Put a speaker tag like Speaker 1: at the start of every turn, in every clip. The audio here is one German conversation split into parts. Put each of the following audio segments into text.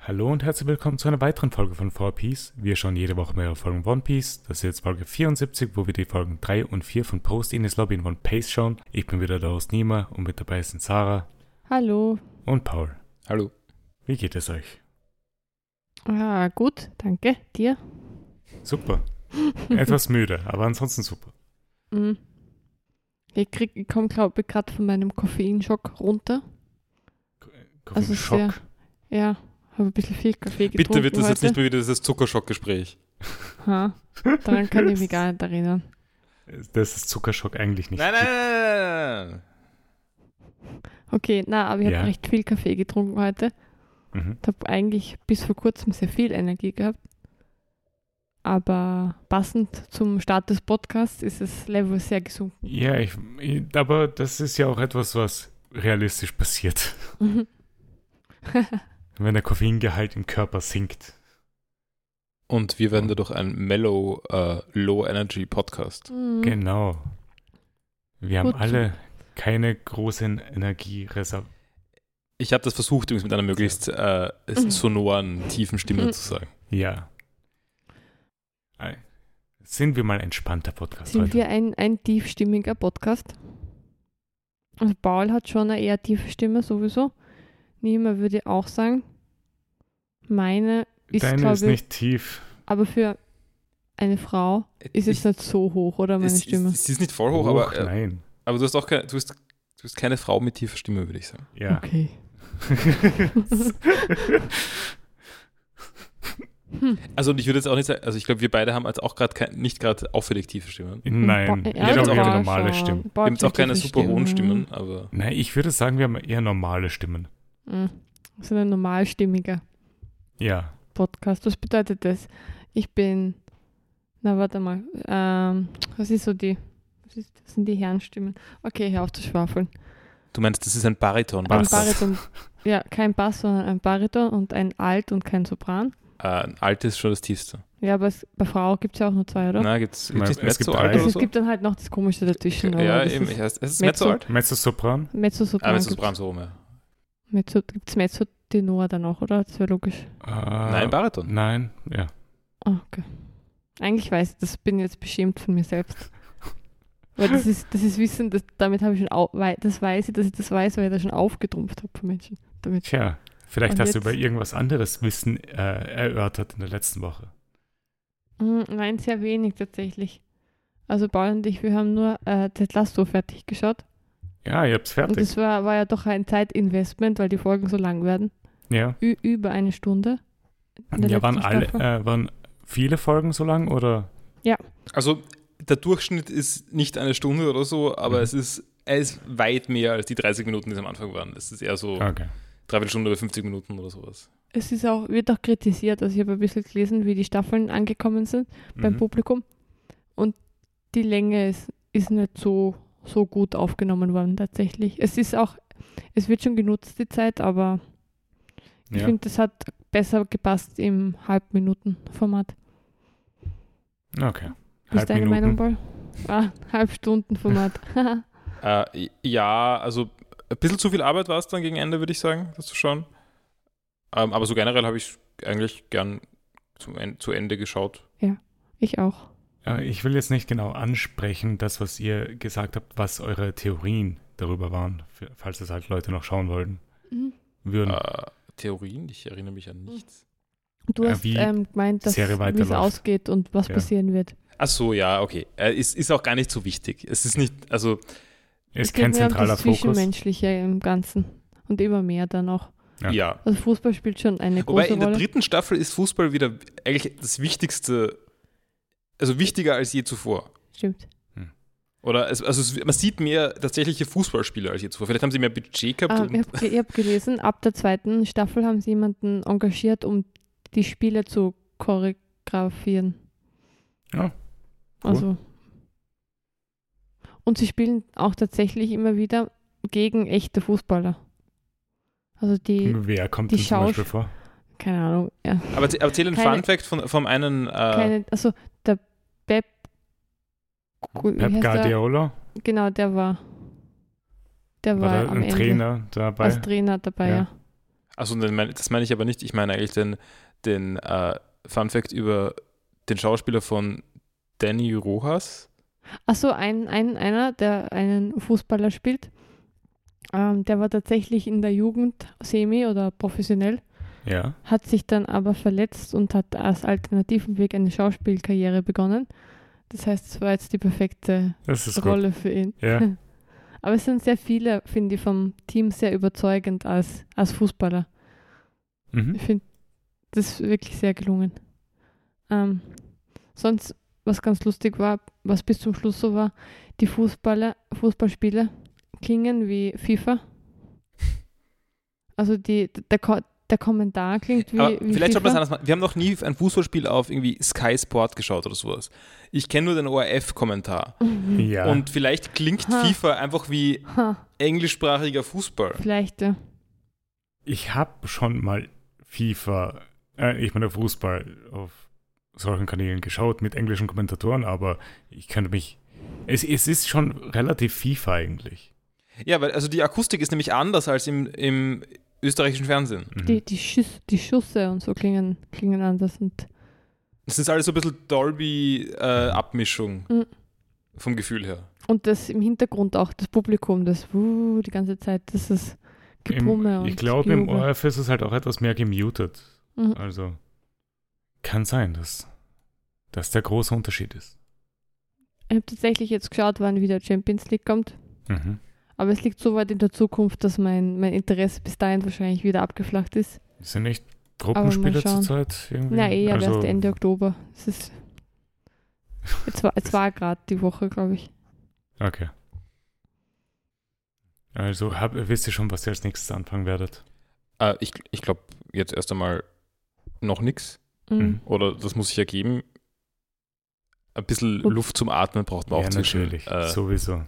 Speaker 1: Hallo und herzlich willkommen zu einer weiteren Folge von 4 Piece. Wir schauen jede Woche mehrere Folgen One Piece. Das ist jetzt Folge 74, wo wir die Folgen 3 und 4 von Post in das Lobby in One Piece schauen. Ich bin wieder der Host Nima und mit dabei sind Sarah
Speaker 2: Hallo.
Speaker 1: und Paul.
Speaker 3: Hallo.
Speaker 1: Wie geht es euch?
Speaker 2: Ah, gut, danke. Dir?
Speaker 1: Super.
Speaker 2: Mhm.
Speaker 3: Äh.
Speaker 1: Etwas müde, aber ansonsten super.
Speaker 2: Mm. Ich, krieg- ich komme, glaube ich, gerade von meinem Koffeinschock runter. Also
Speaker 1: Schock.
Speaker 2: sehr- Ja, habe ein bisschen viel Kaffee getrunken
Speaker 3: Bitte wird das
Speaker 2: heute.
Speaker 3: jetzt nicht mehr wieder dieses Zuckerschockgespräch.
Speaker 2: Ha, daran kann ich mich gar nicht erinnern.
Speaker 1: Das ist Zuckerschock eigentlich nicht.
Speaker 3: Nein, nein, nein, nein, nein.
Speaker 2: Okay, na, aber ich
Speaker 1: Ja.
Speaker 2: habe recht viel Kaffee getrunken heute.
Speaker 1: Mhm.
Speaker 2: Ich habe eigentlich bis vor kurzem sehr viel Energie gehabt. Aber passend zum Start des Podcasts ist das Level sehr gesunken.
Speaker 1: Ja, ich, ich, aber das ist ja auch etwas, was realistisch passiert. Wenn der Koffeingehalt im Körper sinkt.
Speaker 3: Und wir werden dadurch ein Mellow äh, Low Energy Podcast.
Speaker 2: Mhm.
Speaker 1: Genau. Wir haben
Speaker 2: Gut.
Speaker 1: alle keine großen Energiereserven.
Speaker 3: Ich habe das versucht, übrigens mit einer möglichst äh, sonoren, tiefen
Speaker 2: Mhm.
Speaker 3: Stimme zu sagen.
Speaker 1: Ja. Ei. Sind wir mal entspannter Podcast
Speaker 2: Sind
Speaker 1: heute?
Speaker 2: wir ein, ein tiefstimmiger Podcast? Also Paul hat schon eine eher tiefe Stimme sowieso. Nima würde ich auch sagen. Meine ist,
Speaker 1: Deine
Speaker 2: glaube
Speaker 1: ist
Speaker 2: ich,
Speaker 1: nicht tief.
Speaker 2: aber für eine Frau ist es
Speaker 3: Ich-
Speaker 2: nicht so hoch, oder meine
Speaker 3: es-
Speaker 2: Stimme?
Speaker 3: es- Sie ist nicht voll hoch, aber, äh,
Speaker 1: nein.
Speaker 3: aber du hast auch keine, du hast, du hast keine Frau mit tiefer Stimme, würde ich sagen.
Speaker 1: Ja.
Speaker 2: Okay. Hm.
Speaker 3: Also und ich würde jetzt auch nicht sagen, also ich glaube, wir beide haben jetzt auch gerade kein- nicht gerade auffällig tiefe Stimmen.
Speaker 1: nein.
Speaker 2: Ba-
Speaker 1: jeder hat
Speaker 3: aber
Speaker 1: ihre
Speaker 2: Paul
Speaker 1: normale
Speaker 2: schon.
Speaker 1: Stimme.
Speaker 2: Paul
Speaker 3: Wir haben jetzt
Speaker 2: hat
Speaker 3: auch keine
Speaker 2: tiefe
Speaker 3: super hohen Stimmen, aber
Speaker 1: Nein, ich würde sagen, wir haben eher normale Stimmen.
Speaker 2: Mhm. So ein normalstimmiger
Speaker 1: Ja.
Speaker 2: Podcast. Was bedeutet das? Ich bin. Na, warte mal. Ähm, was ist so die. Was ist, das sind die Herrenstimmen. Okay, hör auf zu schwafeln.
Speaker 3: du meinst, das ist ein Bariton.
Speaker 1: Bass.
Speaker 2: Ein Bariton. Ja, kein Bass, sondern ein Bariton und ein Alt und kein Sopran.
Speaker 3: Äh, ein alt ist schon das tiefste.
Speaker 2: Ja, aber es, bei Frau gibt es ja auch nur zwei, oder?
Speaker 3: Na, gibt's,
Speaker 1: Nein,
Speaker 3: gibt's nicht
Speaker 1: es
Speaker 3: mehr
Speaker 1: gibt
Speaker 3: zu
Speaker 1: drei.
Speaker 3: alt
Speaker 2: also
Speaker 3: oder
Speaker 2: es
Speaker 3: so?
Speaker 2: gibt dann halt noch das Komische dazwischen. aber
Speaker 3: Ja,
Speaker 2: das
Speaker 3: eben.
Speaker 2: Ist,
Speaker 3: ich- Es ist
Speaker 2: Mezzo-
Speaker 3: Mezzo alt.
Speaker 1: Meinst du Sopran?
Speaker 3: Ah,
Speaker 2: Mezzosopran.
Speaker 3: Mezzo Sopran so rum, ja.
Speaker 2: Mezzo, gibt es Mezzotenor dann auch, oder? Das wäre logisch.
Speaker 1: Äh,
Speaker 3: Nein, Bariton.
Speaker 1: Nein, ja.
Speaker 2: Ah, okay. Eigentlich weiß ich, das bin jetzt beschämt von mir selbst. Weil das ist, das ist Wissen, das, damit habe ich schon, au, wei- das weiß ich, dass ich das weiß, weil ich das schon aufgetrumpft habe von Menschen. Damit.
Speaker 1: Tja, vielleicht
Speaker 2: Und
Speaker 1: hast du
Speaker 2: jetzt?
Speaker 1: über irgendwas anderes Wissen äh, erörtert in der letzten Woche.
Speaker 2: Hm, nein, sehr wenig tatsächlich. Also Paul und ich, wir haben nur äh, Ted Lasso fertig geschaut.
Speaker 1: Ja, ihr habt's
Speaker 2: Und
Speaker 1: fertig.
Speaker 2: das war, war ja doch ein Zeitinvestment, weil die Folgen so lang werden.
Speaker 1: Ja.
Speaker 2: Ü über eine Stunde. in der
Speaker 1: Ja, waren
Speaker 2: letzten
Speaker 1: alle,
Speaker 2: Staffel.
Speaker 1: äh, waren viele Folgen so lang oder?
Speaker 3: Also der Durchschnitt ist nicht eine Stunde oder so, aber
Speaker 1: Mhm.
Speaker 3: es ist, er ist weit mehr als die 30 Minuten, die es am Anfang waren. Es ist eher so
Speaker 1: Okay.
Speaker 3: dreiviertel Stunde oder 50 Minuten oder sowas.
Speaker 2: Es ist auch, wird auch kritisiert. Also ich habe ein bisschen gelesen, wie die Staffeln angekommen sind. beim
Speaker 1: Mhm.
Speaker 2: Publikum. Und die Länge ist, ist nicht so, so gut aufgenommen worden tatsächlich. Es ist auch, es wird schon genutzt, die Zeit, aber ich
Speaker 1: Ja.
Speaker 2: finde, das hat besser gepasst im Halbminuten-Format.
Speaker 1: Okay.
Speaker 2: Wie
Speaker 1: Halb
Speaker 2: ist deine
Speaker 1: Minuten.
Speaker 2: Meinung, Paul? Ah, Halbstunden-Format.
Speaker 3: Äh, ja, also ein bisschen zu viel Arbeit war es dann gegen Ende, würde ich sagen, das zu schauen. Ähm, aber so generell habe ich eigentlich gern zum en zu Ende geschaut.
Speaker 2: ich auch.
Speaker 1: Äh, Ich will jetzt nicht genau ansprechen, das, was ihr gesagt habt, was eure Theorien darüber waren, f- falls es halt Leute noch schauen wollten,
Speaker 2: Mhm.
Speaker 1: würden.
Speaker 3: Äh, Theorien, ich erinnere mich an nichts.
Speaker 2: Du
Speaker 1: Äh,
Speaker 2: hast
Speaker 1: wie
Speaker 2: ähm, gemeint, dass wie
Speaker 1: Serie
Speaker 2: es
Speaker 1: weiterläuft.
Speaker 2: ausgeht und was
Speaker 1: Ja.
Speaker 2: passieren wird.
Speaker 3: Ach so, ja, okay. Äh, ist, ist auch gar nicht so wichtig. Es ist nicht, also
Speaker 1: ist
Speaker 2: Es geht
Speaker 1: kein
Speaker 2: mehr um
Speaker 1: zentraler
Speaker 2: das
Speaker 1: Fokus.
Speaker 2: Zwischenmenschliche im Ganzen. Und immer mehr dann auch.
Speaker 1: Ja.
Speaker 3: ja.
Speaker 2: Also Fußball spielt schon eine große
Speaker 3: Wobei in der
Speaker 2: Rolle.
Speaker 3: dritten Staffel ist Fußball wieder eigentlich das Wichtigste, also wichtiger als je zuvor.
Speaker 2: Stimmt.
Speaker 3: Oder es, also es, man sieht mehr tatsächliche Fußballspieler als je zuvor. Vielleicht haben sie mehr Budget gehabt.
Speaker 2: Ah,
Speaker 3: und,
Speaker 2: ich habe ge ich hab gelesen, ab der zweiten Staffel haben sie jemanden engagiert, um die Spiele zu choreografieren.
Speaker 1: Ja, cool.
Speaker 2: Also. Und sie spielen auch tatsächlich immer wieder gegen echte Fußballer. Also die,
Speaker 1: Wer kommt
Speaker 2: die
Speaker 1: denn zum Beispiel
Speaker 2: Schausch-
Speaker 1: vor?
Speaker 2: keine Ahnung, ja,
Speaker 3: aber, aber erzähl einen
Speaker 2: Keine-
Speaker 3: Fun-Fact von, vom einen. Äh,
Speaker 2: keine, also der Pep, wie
Speaker 1: Pep
Speaker 2: heißt der?
Speaker 1: Guardiola
Speaker 2: genau, der war, der war,
Speaker 1: war da
Speaker 2: am
Speaker 1: ein
Speaker 2: Ende
Speaker 1: Trainer dabei.
Speaker 2: als Trainer dabei,
Speaker 1: Ja.
Speaker 2: ja.
Speaker 3: Achso, also das meine ich aber nicht. Ich meine eigentlich den, den äh, Fun Fact über den Schauspieler von Danny Rojas.
Speaker 2: Achso, ein, ein, einer, der einen Fußballer spielt, ähm, der war tatsächlich in der Jugend semi- oder professionell,
Speaker 1: Ja.
Speaker 2: hat sich dann aber verletzt und hat als alternativen Weg eine Schauspielkarriere begonnen. Das heißt, es war jetzt die perfekte
Speaker 1: Das ist gut.
Speaker 2: Rolle für ihn.
Speaker 1: Ja.
Speaker 2: Aber es sind sehr viele, finde ich, vom Team sehr überzeugend als, als Fußballer.
Speaker 1: Mhm.
Speaker 3: Hm?
Speaker 2: Ich finde das wirklich sehr gelungen. Ähm, sonst, was ganz lustig war, was bis zum Schluss so war, die Fußballer, Fußballspiele klingen wie FIFA. Also die, der, Ko der Kommentar klingt wie,
Speaker 3: aber
Speaker 2: wie
Speaker 3: vielleicht
Speaker 2: FIFA.
Speaker 3: schaut man es anders machen. Wir haben noch nie ein Fußballspiel auf irgendwie Sky Sport geschaut oder sowas. Ich kenne nur den ORF-Kommentar.
Speaker 2: Mhm.
Speaker 1: Ja.
Speaker 3: Und vielleicht klingt
Speaker 2: Ha.
Speaker 3: FIFA einfach wie
Speaker 2: Ha,
Speaker 3: englischsprachiger Fußball.
Speaker 2: vielleicht, ja.
Speaker 1: ich habe schon mal FIFA, äh, ich meine Fußball auf solchen Kanälen geschaut mit englischen Kommentatoren, aber ich könnte mich. Es, es ist schon relativ FIFA eigentlich.
Speaker 3: Ja, weil also die Akustik ist nämlich anders als im, im österreichischen Fernsehen.
Speaker 1: Mhm.
Speaker 2: Die, die, Schüss, die Schüsse und so klingen, klingen anders. Und
Speaker 3: Es ist alles so ein bisschen Dolby-Abmischung
Speaker 2: Mhm.
Speaker 3: vom Gefühl her.
Speaker 2: Und das im Hintergrund auch, das Publikum, das wuh, die ganze Zeit, das ist Gebrumme
Speaker 1: Im,
Speaker 2: und
Speaker 1: ich glaube, im
Speaker 2: Gejubel.
Speaker 1: ORF ist es halt auch etwas mehr gemutet.
Speaker 2: Mhm.
Speaker 1: Also kann sein, dass das der große Unterschied ist.
Speaker 2: Ich habe tatsächlich jetzt geschaut, wann wieder Champions League kommt.
Speaker 1: Mhm.
Speaker 2: Aber es liegt so weit in der Zukunft, dass mein, mein Interesse bis dahin wahrscheinlich wieder abgeflacht ist.
Speaker 1: Sind nicht
Speaker 2: mal
Speaker 1: Gruppenspiele
Speaker 2: schauen.
Speaker 1: zurzeit irgendwie?
Speaker 2: Na eh, aber
Speaker 1: also,
Speaker 2: erst Ende Oktober. Es ist. Jetzt war, jetzt war gerade die Woche, glaube ich.
Speaker 1: Okay. Also hab, wisst ihr schon, was ihr als nächstes anfangen werdet?
Speaker 3: Äh, ich ich glaube jetzt erst einmal noch nichts.
Speaker 2: Mhm.
Speaker 1: Mhm.
Speaker 3: Oder das muss sich ergeben. Ein bisschen
Speaker 2: Ups.
Speaker 3: Luft zum Atmen braucht man auch
Speaker 1: ja,
Speaker 3: zwischen
Speaker 1: natürlich.
Speaker 3: äh,
Speaker 1: Sowieso.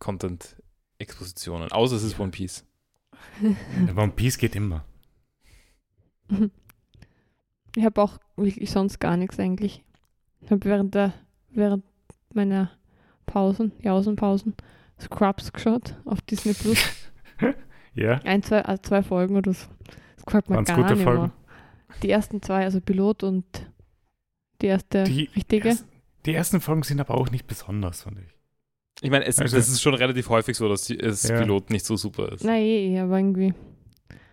Speaker 3: Content-Expositionen. Außer es ist One Piece.
Speaker 1: One Piece geht immer.
Speaker 2: Ich habe auch wirklich sonst gar nichts eigentlich. Ich habe während, der- während meiner Pausen, Jausenpausen, Scrubs geschaut auf Disney Plus.
Speaker 1: Ja?
Speaker 2: Ein, zwei, also zwei Folgen oder so. Das gefällt mir
Speaker 1: Waren's
Speaker 2: gar
Speaker 1: gute
Speaker 2: nicht
Speaker 1: Folgen?
Speaker 2: mehr. Die ersten zwei, also Pilot und die erste
Speaker 1: Die
Speaker 2: richtige.
Speaker 1: erst- die ersten Folgen sind aber auch nicht besonders, fand ich.
Speaker 3: Ich meine, es
Speaker 1: Also-
Speaker 3: das ist schon relativ häufig so, dass die- das
Speaker 1: Ja.
Speaker 3: Pilot nicht so super ist.
Speaker 2: Nein, eh, eh, aber irgendwie.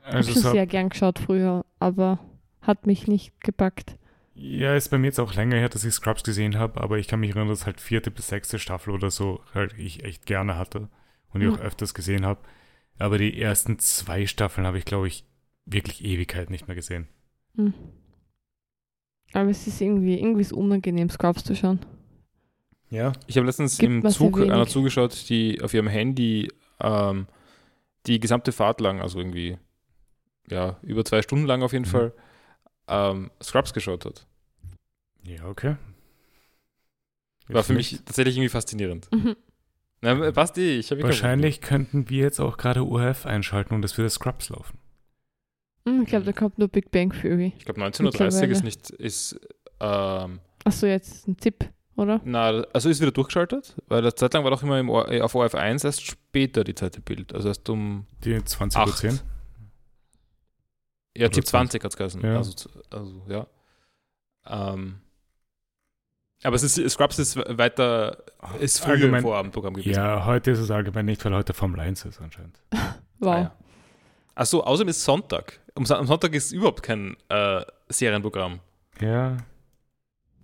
Speaker 1: Also
Speaker 2: ich habe
Speaker 1: so
Speaker 2: sehr gern geschaut früher, aber hat mich nicht gepackt.
Speaker 1: Ja, ist bei mir jetzt auch länger her, dass ich Scrubs gesehen habe, aber ich kann mich erinnern, dass halt vierte bis sechste Staffel oder so halt ich echt gerne hatte und ich auch
Speaker 2: Mhm.
Speaker 1: öfters gesehen habe. Aber die ersten zwei Staffeln habe ich, glaube ich, wirklich Ewigkeit nicht mehr gesehen.
Speaker 2: Hm. Aber es ist irgendwie, irgendwie ist unangenehm, Scrubs zu schauen.
Speaker 1: Ja.
Speaker 3: Ich habe letztens
Speaker 2: Gibt
Speaker 3: im
Speaker 2: man sehr
Speaker 3: Zug
Speaker 2: wenig.
Speaker 3: einer zugeschaut, die auf ihrem Handy ähm, die gesamte Fahrt lang, also irgendwie ja, über zwei Stunden lang auf jeden
Speaker 1: Mhm.
Speaker 3: Fall, ähm, Scrubs geschaut hat.
Speaker 1: Ja, okay.
Speaker 3: War
Speaker 1: Ist
Speaker 3: für mich
Speaker 1: nicht-
Speaker 3: tatsächlich irgendwie faszinierend.
Speaker 2: Mhm.
Speaker 3: Na, Basti, ich habe
Speaker 1: Wahrscheinlich könnten wir jetzt auch gerade ORF einschalten und das würde Scrubs laufen.
Speaker 2: Hm, Ich glaube, da kommt nur Big Bang Theory.
Speaker 3: Ich glaube, 1930 ist
Speaker 2: Mittlerweile.
Speaker 3: nicht, ist, ähm,
Speaker 2: Achso, jetzt ist ein Tipp, oder?
Speaker 3: na, also ist wieder durchgeschaltet, weil das Zeit lang war doch immer im Or- äh, auf ORF 1 erst später die Zeit der Bild. Also erst um,
Speaker 1: Die 20 Uhr
Speaker 3: Acht.
Speaker 1: 10.
Speaker 3: ja,
Speaker 1: Oder
Speaker 3: Tipp
Speaker 1: 20.
Speaker 3: 20 hat es geheißen.
Speaker 1: Ja.
Speaker 3: Also, z- also, ja. Ähm, aber es ist, Scrubs ist weiter, ist früher im
Speaker 1: Allgemein-
Speaker 3: Vorabendprogramm gewesen.
Speaker 1: Ja, heute ist es allgemein nicht, weil heute Formel 1 ist anscheinend.
Speaker 3: Ah,
Speaker 2: Wow.
Speaker 3: Achso, außerdem ist Sonntag. Am, Son- am Sonntag ist überhaupt kein äh, Serienprogramm.
Speaker 1: Ja,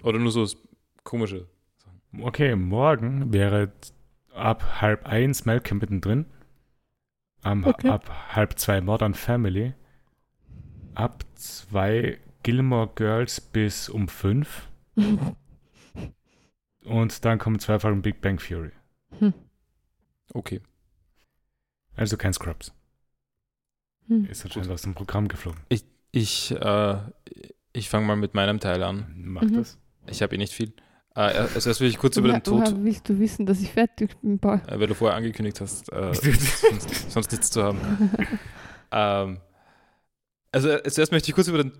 Speaker 3: Oder nur so das komische.
Speaker 1: Okay, morgen wäre ab halb eins Malcolm mittendrin. Am,
Speaker 2: Okay.
Speaker 1: Ab halb zwei Modern Family.
Speaker 3: Ah.
Speaker 1: Ab zwei Gilmore Girls bis um fünf.
Speaker 2: Hm.
Speaker 1: Und dann kommen zwei Folgen Big Bang Theory.
Speaker 2: Hm.
Speaker 3: Okay.
Speaker 1: Also kein Scrubs.
Speaker 2: Hm.
Speaker 1: Ist anscheinend aus dem Programm geflogen.
Speaker 3: Ich, äh, ich fange mal mit meinem Teil an.
Speaker 1: Macht
Speaker 2: Mhm.
Speaker 1: das.
Speaker 3: Ich habe eh nicht viel. Äh, als erstes will ich kurz über den
Speaker 2: Woher-
Speaker 3: Tod,
Speaker 2: woher willst du wissen, dass ich fertig bin, Paul?
Speaker 3: äh, weil du vorher angekündigt hast, äh, sonst, sonst nichts zu haben. Ähm, also äh, zuerst möchte ich kurz über den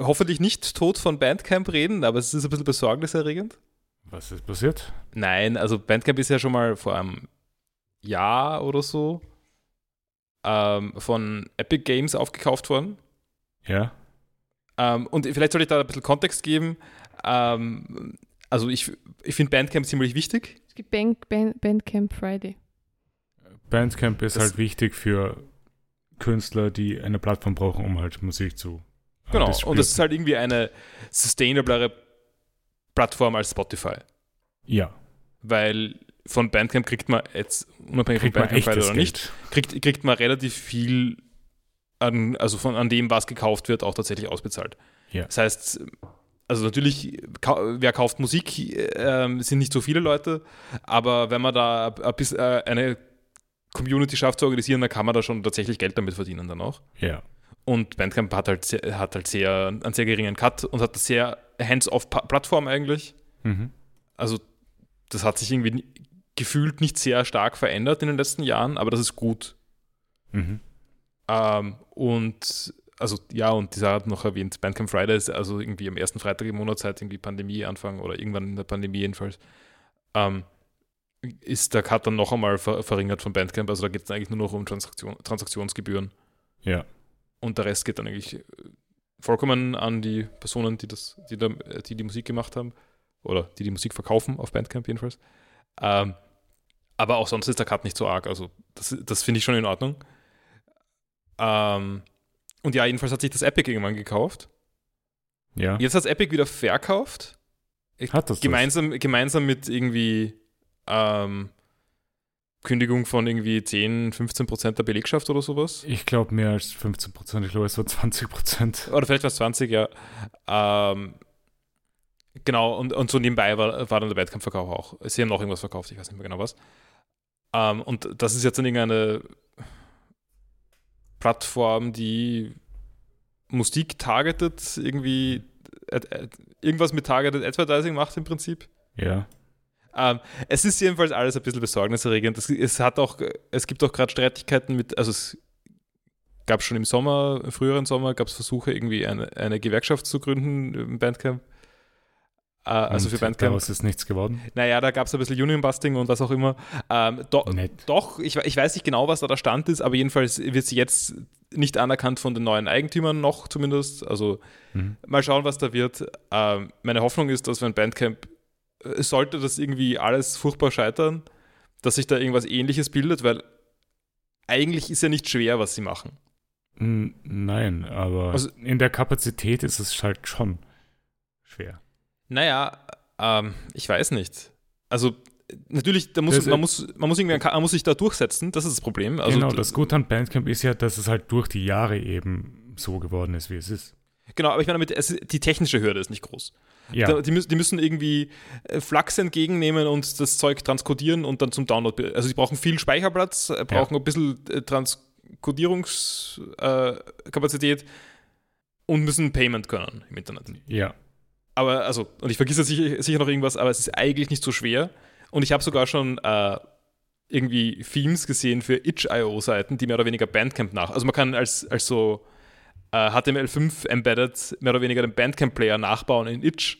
Speaker 3: hoffentlich nicht Tod von Bandcamp reden, aber es ist ein bisschen besorgniserregend.
Speaker 1: Was ist passiert?
Speaker 3: Nein, also Bandcamp ist ja schon mal vor einem Jahr oder so ähm, von Epic Games aufgekauft worden.
Speaker 1: Ja.
Speaker 3: Ähm, und vielleicht soll ich da ein bisschen Kontext geben. Ähm, also ich, ich finde Bandcamp ziemlich wichtig.
Speaker 2: Es gibt Band, Band, Bandcamp Friday.
Speaker 1: Bandcamp ist
Speaker 3: Das-
Speaker 1: halt wichtig für Künstler, die eine Plattform brauchen, um halt Musik zu. äh,
Speaker 3: Genau.
Speaker 1: distributen.
Speaker 3: Und das ist halt irgendwie eine sustainablere Plattform als Spotify.
Speaker 1: ja,
Speaker 3: Weil von Bandcamp kriegt man jetzt, unabhängig
Speaker 1: kriegt
Speaker 3: von
Speaker 1: man
Speaker 3: Bandcamp
Speaker 1: echtes
Speaker 3: Friday
Speaker 1: Geld.
Speaker 3: oder nicht, kriegt, kriegt man relativ viel an, also von an dem, was gekauft wird, auch tatsächlich ausbezahlt.
Speaker 1: Ja.
Speaker 3: Das heißt, also natürlich, ka wer kauft Musik, ähm, sind nicht so viele Leute, aber wenn man da ein bisschen, äh, eine Community schafft zu organisieren, dann kann man da schon tatsächlich Geld damit verdienen dann auch.
Speaker 1: Ja,
Speaker 3: Und Bandcamp hat halt, sehr- hat halt sehr, einen sehr geringen Cut und hat eine sehr hands-off-Plattform eigentlich.
Speaker 1: mhm.
Speaker 3: Also das hat sich irgendwie ni- gefühlt nicht sehr stark verändert in den letzten Jahren, aber das ist gut.
Speaker 1: Mhm.
Speaker 3: Ähm, und also ja, und die Sarah hat noch erwähnt, Bandcamp Friday ist also irgendwie am ersten Freitag im Monat seit irgendwie Pandemie anfangen oder irgendwann in der Pandemie jedenfalls, ähm, ist der Cut dann noch einmal ver verringert von Bandcamp. Also da geht es eigentlich nur noch um Transaktion Transaktionsgebühren
Speaker 1: ja,
Speaker 3: und der Rest geht dann eigentlich äh, vollkommen an die Personen, die das, die, da, äh, die die Musik gemacht haben oder die die Musik verkaufen auf Bandcamp jedenfalls. Ähm, aber auch sonst ist der Cut nicht so arg. Also das, das finde ich schon in Ordnung. Ähm, und ja, jedenfalls hat sich das Epic irgendwann gekauft.
Speaker 1: ja.
Speaker 3: Jetzt hat Epic wieder verkauft.
Speaker 1: Hat das das?
Speaker 3: Gemeinsam, gemeinsam mit irgendwie ähm, Kündigung von irgendwie 10, 15 Prozent der Belegschaft oder sowas.
Speaker 1: Ich glaube mehr als 15 Prozent, ich glaube es war 20 Prozent.
Speaker 3: Oder vielleicht war es 20, ja. Ähm, genau, und, und so nebenbei war, war dann der Wettkampfverkauf auch. Sie haben noch irgendwas verkauft, ich weiß nicht mehr genau was. Ähm, und das ist jetzt dann irgendeine Plattform, die Musik targeted, irgendwie ad, ad, irgendwas mit Targeted Advertising macht im Prinzip.
Speaker 1: Ja,
Speaker 3: Ähm, es ist jedenfalls alles ein bisschen besorgniserregend. Es, es, hat auch, es gibt auch gerade Streitigkeiten mit, also es gab schon im Sommer, im früheren Sommer, gab es Versuche, irgendwie eine, eine Gewerkschaft zu gründen im Bandcamp. Äh, also
Speaker 1: Und
Speaker 3: für Bandcamp.
Speaker 1: Daraus ist nichts geworden.
Speaker 3: Naja, da gab es ein bisschen Union-Busting und was auch immer. Ähm, do,
Speaker 1: Nett.
Speaker 3: doch, ich, we- ich weiß nicht genau, was da der Stand ist, aber jedenfalls wird sie jetzt nicht anerkannt von den neuen Eigentümern noch zumindest. Also
Speaker 1: Mhm.
Speaker 3: mal schauen, was da wird. Ähm, meine Hoffnung ist, dass wenn Bandcamp, äh, sollte das irgendwie alles furchtbar scheitern, dass sich da irgendwas ähnliches bildet, weil eigentlich ist ja nicht schwer, was sie machen.
Speaker 1: N- Nein, aber
Speaker 3: Also-
Speaker 1: in der Kapazität ist es halt schon schwer.
Speaker 3: Naja, ähm, ich weiß nicht. Also natürlich, da muss,
Speaker 1: Das, äh,
Speaker 3: man, muss, man, muss irgendwie, einen Ka- man muss sich da durchsetzen, das ist das Problem. Also,
Speaker 1: genau, das Gute an Bandcamp ist ja, dass es halt durch die Jahre eben so geworden ist, wie es ist.
Speaker 3: genau aber ich meine, damit, es, die technische Hürde ist nicht groß.
Speaker 1: Ja,
Speaker 3: Da, die, müssen, die müssen irgendwie äh, Flachs entgegennehmen und das Zeug transkodieren und dann zum Download. be- Also die brauchen viel Speicherplatz, äh, brauchen ein bisschen äh, Transkodierungskapazität äh, Kapazität und müssen Payment können im Internet.
Speaker 1: ja.
Speaker 3: Aber also, und ich vergesse sicher, sicher noch irgendwas, aber es ist eigentlich nicht so schwer. Und ich habe sogar schon äh, irgendwie Themes gesehen für itch.io-Seiten, die mehr oder weniger Bandcamp nach. Also man kann als, als so äh, HTML5-Embedded mehr oder weniger den Bandcamp-Player nachbauen in Itch.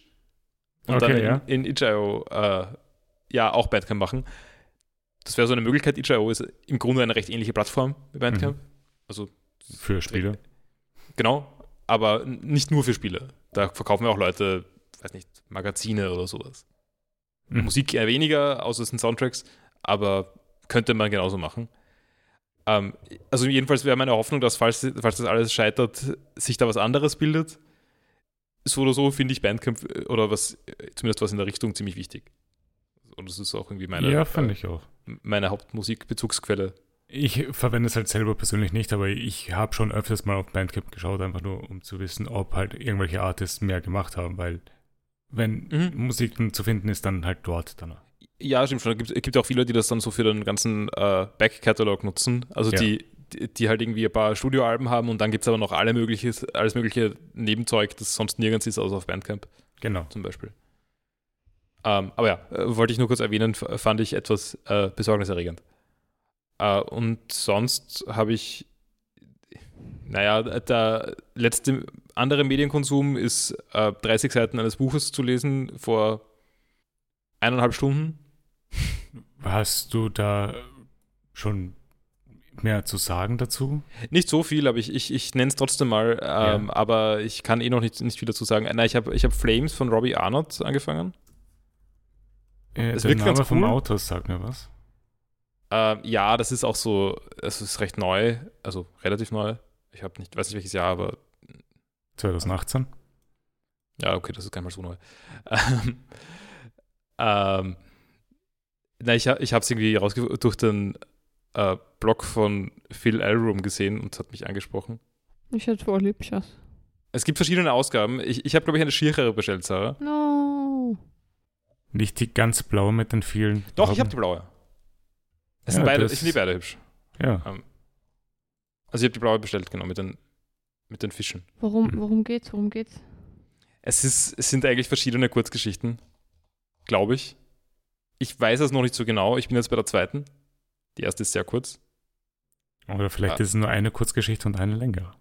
Speaker 3: Und
Speaker 1: Okay,
Speaker 3: dann in,
Speaker 1: ja.
Speaker 3: in itch.io äh, ja auch Bandcamp machen. Das wäre so eine Möglichkeit. Itch.io ist im Grunde eine recht ähnliche Plattform wie Bandcamp.
Speaker 1: Mhm,
Speaker 3: Also
Speaker 1: für Spieler.
Speaker 3: Genau, aber n- nicht nur für Spiele. Da verkaufen wir auch Leute, weiß nicht, Magazine oder sowas.
Speaker 1: Mhm.
Speaker 3: Musik eher weniger, außer es sind Soundtracks, aber könnte man genauso machen. Ähm, also jedenfalls wäre meine Hoffnung, dass falls, falls das alles scheitert, sich da was anderes bildet. So oder so finde ich Bandcamp äh, oder was, äh, zumindest was in der Richtung ziemlich wichtig. Und das ist auch irgendwie meine,
Speaker 1: ja, finde ich auch.
Speaker 3: äh, meine Hauptmusikbezugsquelle.
Speaker 1: Ich verwende es halt selber persönlich nicht, aber ich habe schon öfters mal auf Bandcamp geschaut, einfach nur um zu wissen, ob halt irgendwelche Artists mehr gemacht haben, weil wenn
Speaker 3: Mhm.
Speaker 1: Musik dann zu finden ist, dann halt dort dann.
Speaker 3: Ja, stimmt schon. Es gibt, es gibt auch viele, die das dann so für den ganzen äh, Back-Catalog nutzen. Also
Speaker 1: Ja.
Speaker 3: die, die, die halt irgendwie ein paar Studioalben haben und dann gibt es aber noch alle mögliche, alles mögliche Nebenzeug, das sonst nirgends ist, außer auf Bandcamp
Speaker 1: Genau.
Speaker 3: zum Beispiel. Ähm, aber ja, äh, wollte ich nur kurz erwähnen, f- fand ich etwas äh, besorgniserregend. Äh, und sonst habe ich, naja, der letzte andere Medienkonsum ist äh, 30 Seiten eines Buches zu lesen vor eineinhalb Stunden.
Speaker 1: Hast du da schon mehr zu sagen dazu?
Speaker 3: Nicht so viel, aber ich, ich, ich nenne es trotzdem mal. Ähm, Aber ich kann eh noch nicht, nicht viel dazu sagen. Nein, ich habe ich hab Flames von Robbie Arnott angefangen.
Speaker 1: Äh,
Speaker 3: Es
Speaker 1: der
Speaker 3: wirkt
Speaker 1: Name
Speaker 3: ganz
Speaker 1: vom
Speaker 3: cool.
Speaker 1: Autor sagt mir was.
Speaker 3: Ähm, ja, das ist auch so, es ist recht neu, also relativ neu. Ich habe nicht, weiß nicht welches Jahr, aber
Speaker 1: 2018.
Speaker 3: Ja, okay, das ist gar nicht mal so neu. Ähm, ähm, na, ich, ha- ich habe es irgendwie rausgef- durch den äh, Blog von Phil Elrum gesehen und es hat mich angesprochen.
Speaker 2: Ich schaut voll hübsch aus.
Speaker 3: Es gibt verschiedene Ausgaben. Ich, ich habe, glaube ich, eine schierere bestellt, Sarah.
Speaker 2: No.
Speaker 1: Nicht die ganz blaue mit den vielen.
Speaker 3: Doch, ich
Speaker 1: Farben.
Speaker 3: habe die blaue. Es
Speaker 1: Ja,
Speaker 3: sind, beide,
Speaker 1: das-
Speaker 3: es sind die beide hübsch.
Speaker 1: Ja.
Speaker 3: Also ich habe die blaue bestellt, genau, mit den, mit den Fischen.
Speaker 2: Worum,
Speaker 1: Mhm.
Speaker 2: worum geht's? Worum geht's?
Speaker 3: Es, ist, es sind eigentlich verschiedene Kurzgeschichten, glaube ich. Ich weiß es noch nicht so genau. Ich bin jetzt bei der zweiten. Die erste ist sehr kurz.
Speaker 1: Oder vielleicht
Speaker 3: Ah.
Speaker 1: ist es nur eine Kurzgeschichte und eine längere.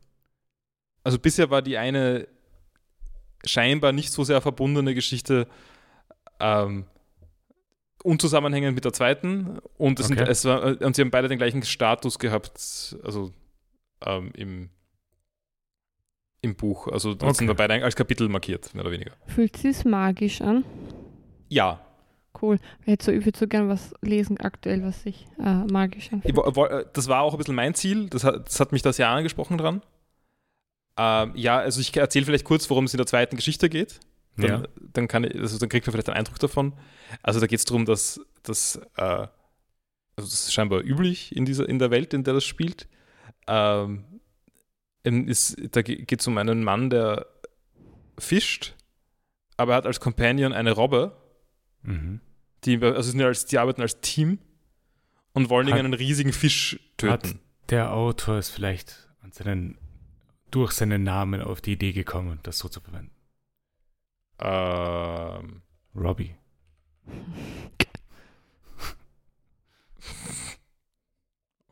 Speaker 3: also bisher war die eine scheinbar nicht so sehr verbundene Geschichte ähm, unzusammenhängend mit der zweiten und, es sind,
Speaker 1: Okay.
Speaker 3: es war, äh, und sie haben beide den gleichen Status gehabt, also ähm, im, im Buch. Also da
Speaker 1: Okay.
Speaker 3: sind wir beide als Kapitel markiert, mehr oder weniger.
Speaker 2: Fühlt sich's magisch an?
Speaker 3: Ja,
Speaker 2: Cool. Ich hätte so, ich würde so gern was lesen aktuell, was sich äh, magisch
Speaker 3: Ich
Speaker 2: anfühlt.
Speaker 3: wo- wo- äh, das war auch ein bisschen mein Ziel. Das hat, das hat mich da sehr angesprochen dran. Ähm, ja, also ich erzähle vielleicht kurz, worum es in der zweiten Geschichte geht. Dann,
Speaker 1: Ja.
Speaker 3: dann, kann ich, also dann kriegt man vielleicht einen Eindruck davon. Also da geht es darum, dass, dass äh, also das ist scheinbar üblich in, dieser, in der Welt, in der das spielt. Ähm, ähm, ist, da geht es um einen Mann, der fischt, aber er hat als Companion eine Robbe
Speaker 1: Mhm.
Speaker 3: die, also sind ja als, die arbeiten als Team und wollen
Speaker 1: Hat-
Speaker 3: irgendeinen riesigen Fisch töten.
Speaker 1: Der Autor ist vielleicht an seinen, durch seinen Namen auf die Idee gekommen, das so zu verwenden.
Speaker 3: Ähm,
Speaker 1: Robbie.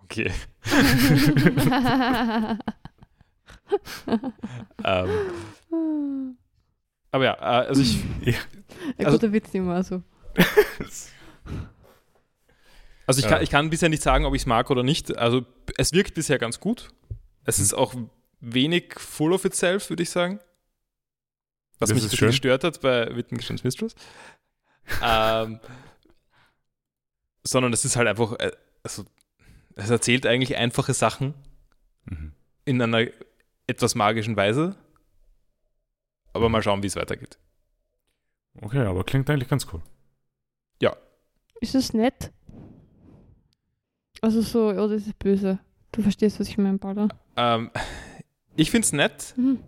Speaker 3: okay. ähm, aber ja, äh, also ich,
Speaker 2: Ein
Speaker 3: Also-
Speaker 2: guter Witz nicht mehr so.
Speaker 3: also ich,
Speaker 1: Ja.
Speaker 3: kann, ich kann bisher nicht sagen, ob ich es mag oder nicht. Also es wirkt bisher ganz gut. Es ist auch wenig full of itself, würde ich sagen. Was
Speaker 1: Das
Speaker 3: mich ein
Speaker 1: ist
Speaker 3: bisschen
Speaker 1: schön.
Speaker 3: gestört hat bei Wittgenstein's Mistress. ähm, sondern es ist halt einfach, äh, also es erzählt eigentlich einfache Sachen.
Speaker 1: Mhm.
Speaker 3: in einer etwas magischen Weise. Aber mal schauen, wie es weitergeht.
Speaker 1: Okay, aber klingt eigentlich ganz cool.
Speaker 2: Ist es nett? Also so, oder ist es böse? Du verstehst, was ich meine, Paula.
Speaker 3: Ähm, ich finde es nett.
Speaker 2: Mhm.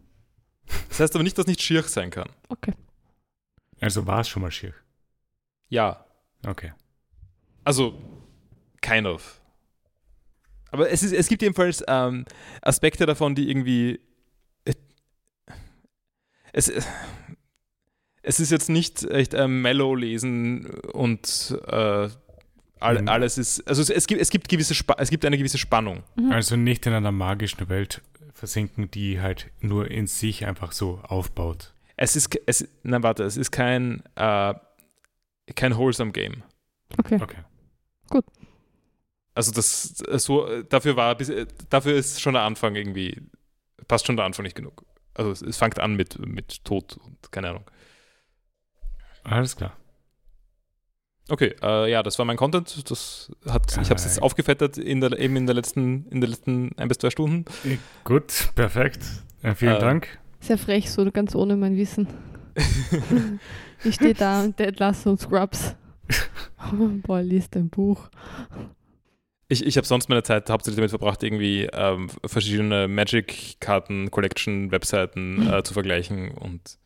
Speaker 3: Das heißt aber nicht, dass nicht schier sein kann.
Speaker 2: Okay.
Speaker 1: Also war es schon mal schier.
Speaker 3: Ja.
Speaker 1: Okay.
Speaker 3: Also, kind of. Aber es, ist, es gibt jedenfalls ähm, Aspekte davon, die irgendwie. äh, Es, äh, es ist jetzt nicht echt äh, mellow lesen und äh, all,
Speaker 1: Mhm.
Speaker 3: alles ist. Also, es, es, gibt, es, gibt gewisse Spa es gibt eine gewisse Spannung.
Speaker 2: Mhm.
Speaker 1: Also nicht in einer magischen Welt versinken, die halt nur in sich einfach so aufbaut.
Speaker 3: Es ist, ke- es, na warte, es ist kein, äh, kein wholesome Game.
Speaker 2: Okay.
Speaker 1: Okay.
Speaker 3: Also das, so, dafür war, bis- äh, dafür ist schon der Anfang irgendwie, passt schon der Anfang nicht genug. Also es, es fängt an mit, mit Tod und keine Ahnung.
Speaker 1: Alles klar.
Speaker 3: Okay, äh, ja, das war mein Content. Das hat, ich habe es jetzt
Speaker 1: Geil.
Speaker 3: aufgefettet in der, eben in der letzten, in der letzten ein bis zwei Stunden.
Speaker 1: Gut, perfekt. Äh, vielen
Speaker 3: Äh,
Speaker 1: Dank.
Speaker 2: Sehr frech, so ganz ohne mein Wissen. Ich stehe da und Dead Lasso und Scrubs. Boah, liest ein Buch.
Speaker 3: Ich, ich habe sonst meine Zeit hauptsächlich damit verbracht, irgendwie ähm, verschiedene Magic-Karten, Collection-Webseiten äh, zu vergleichen und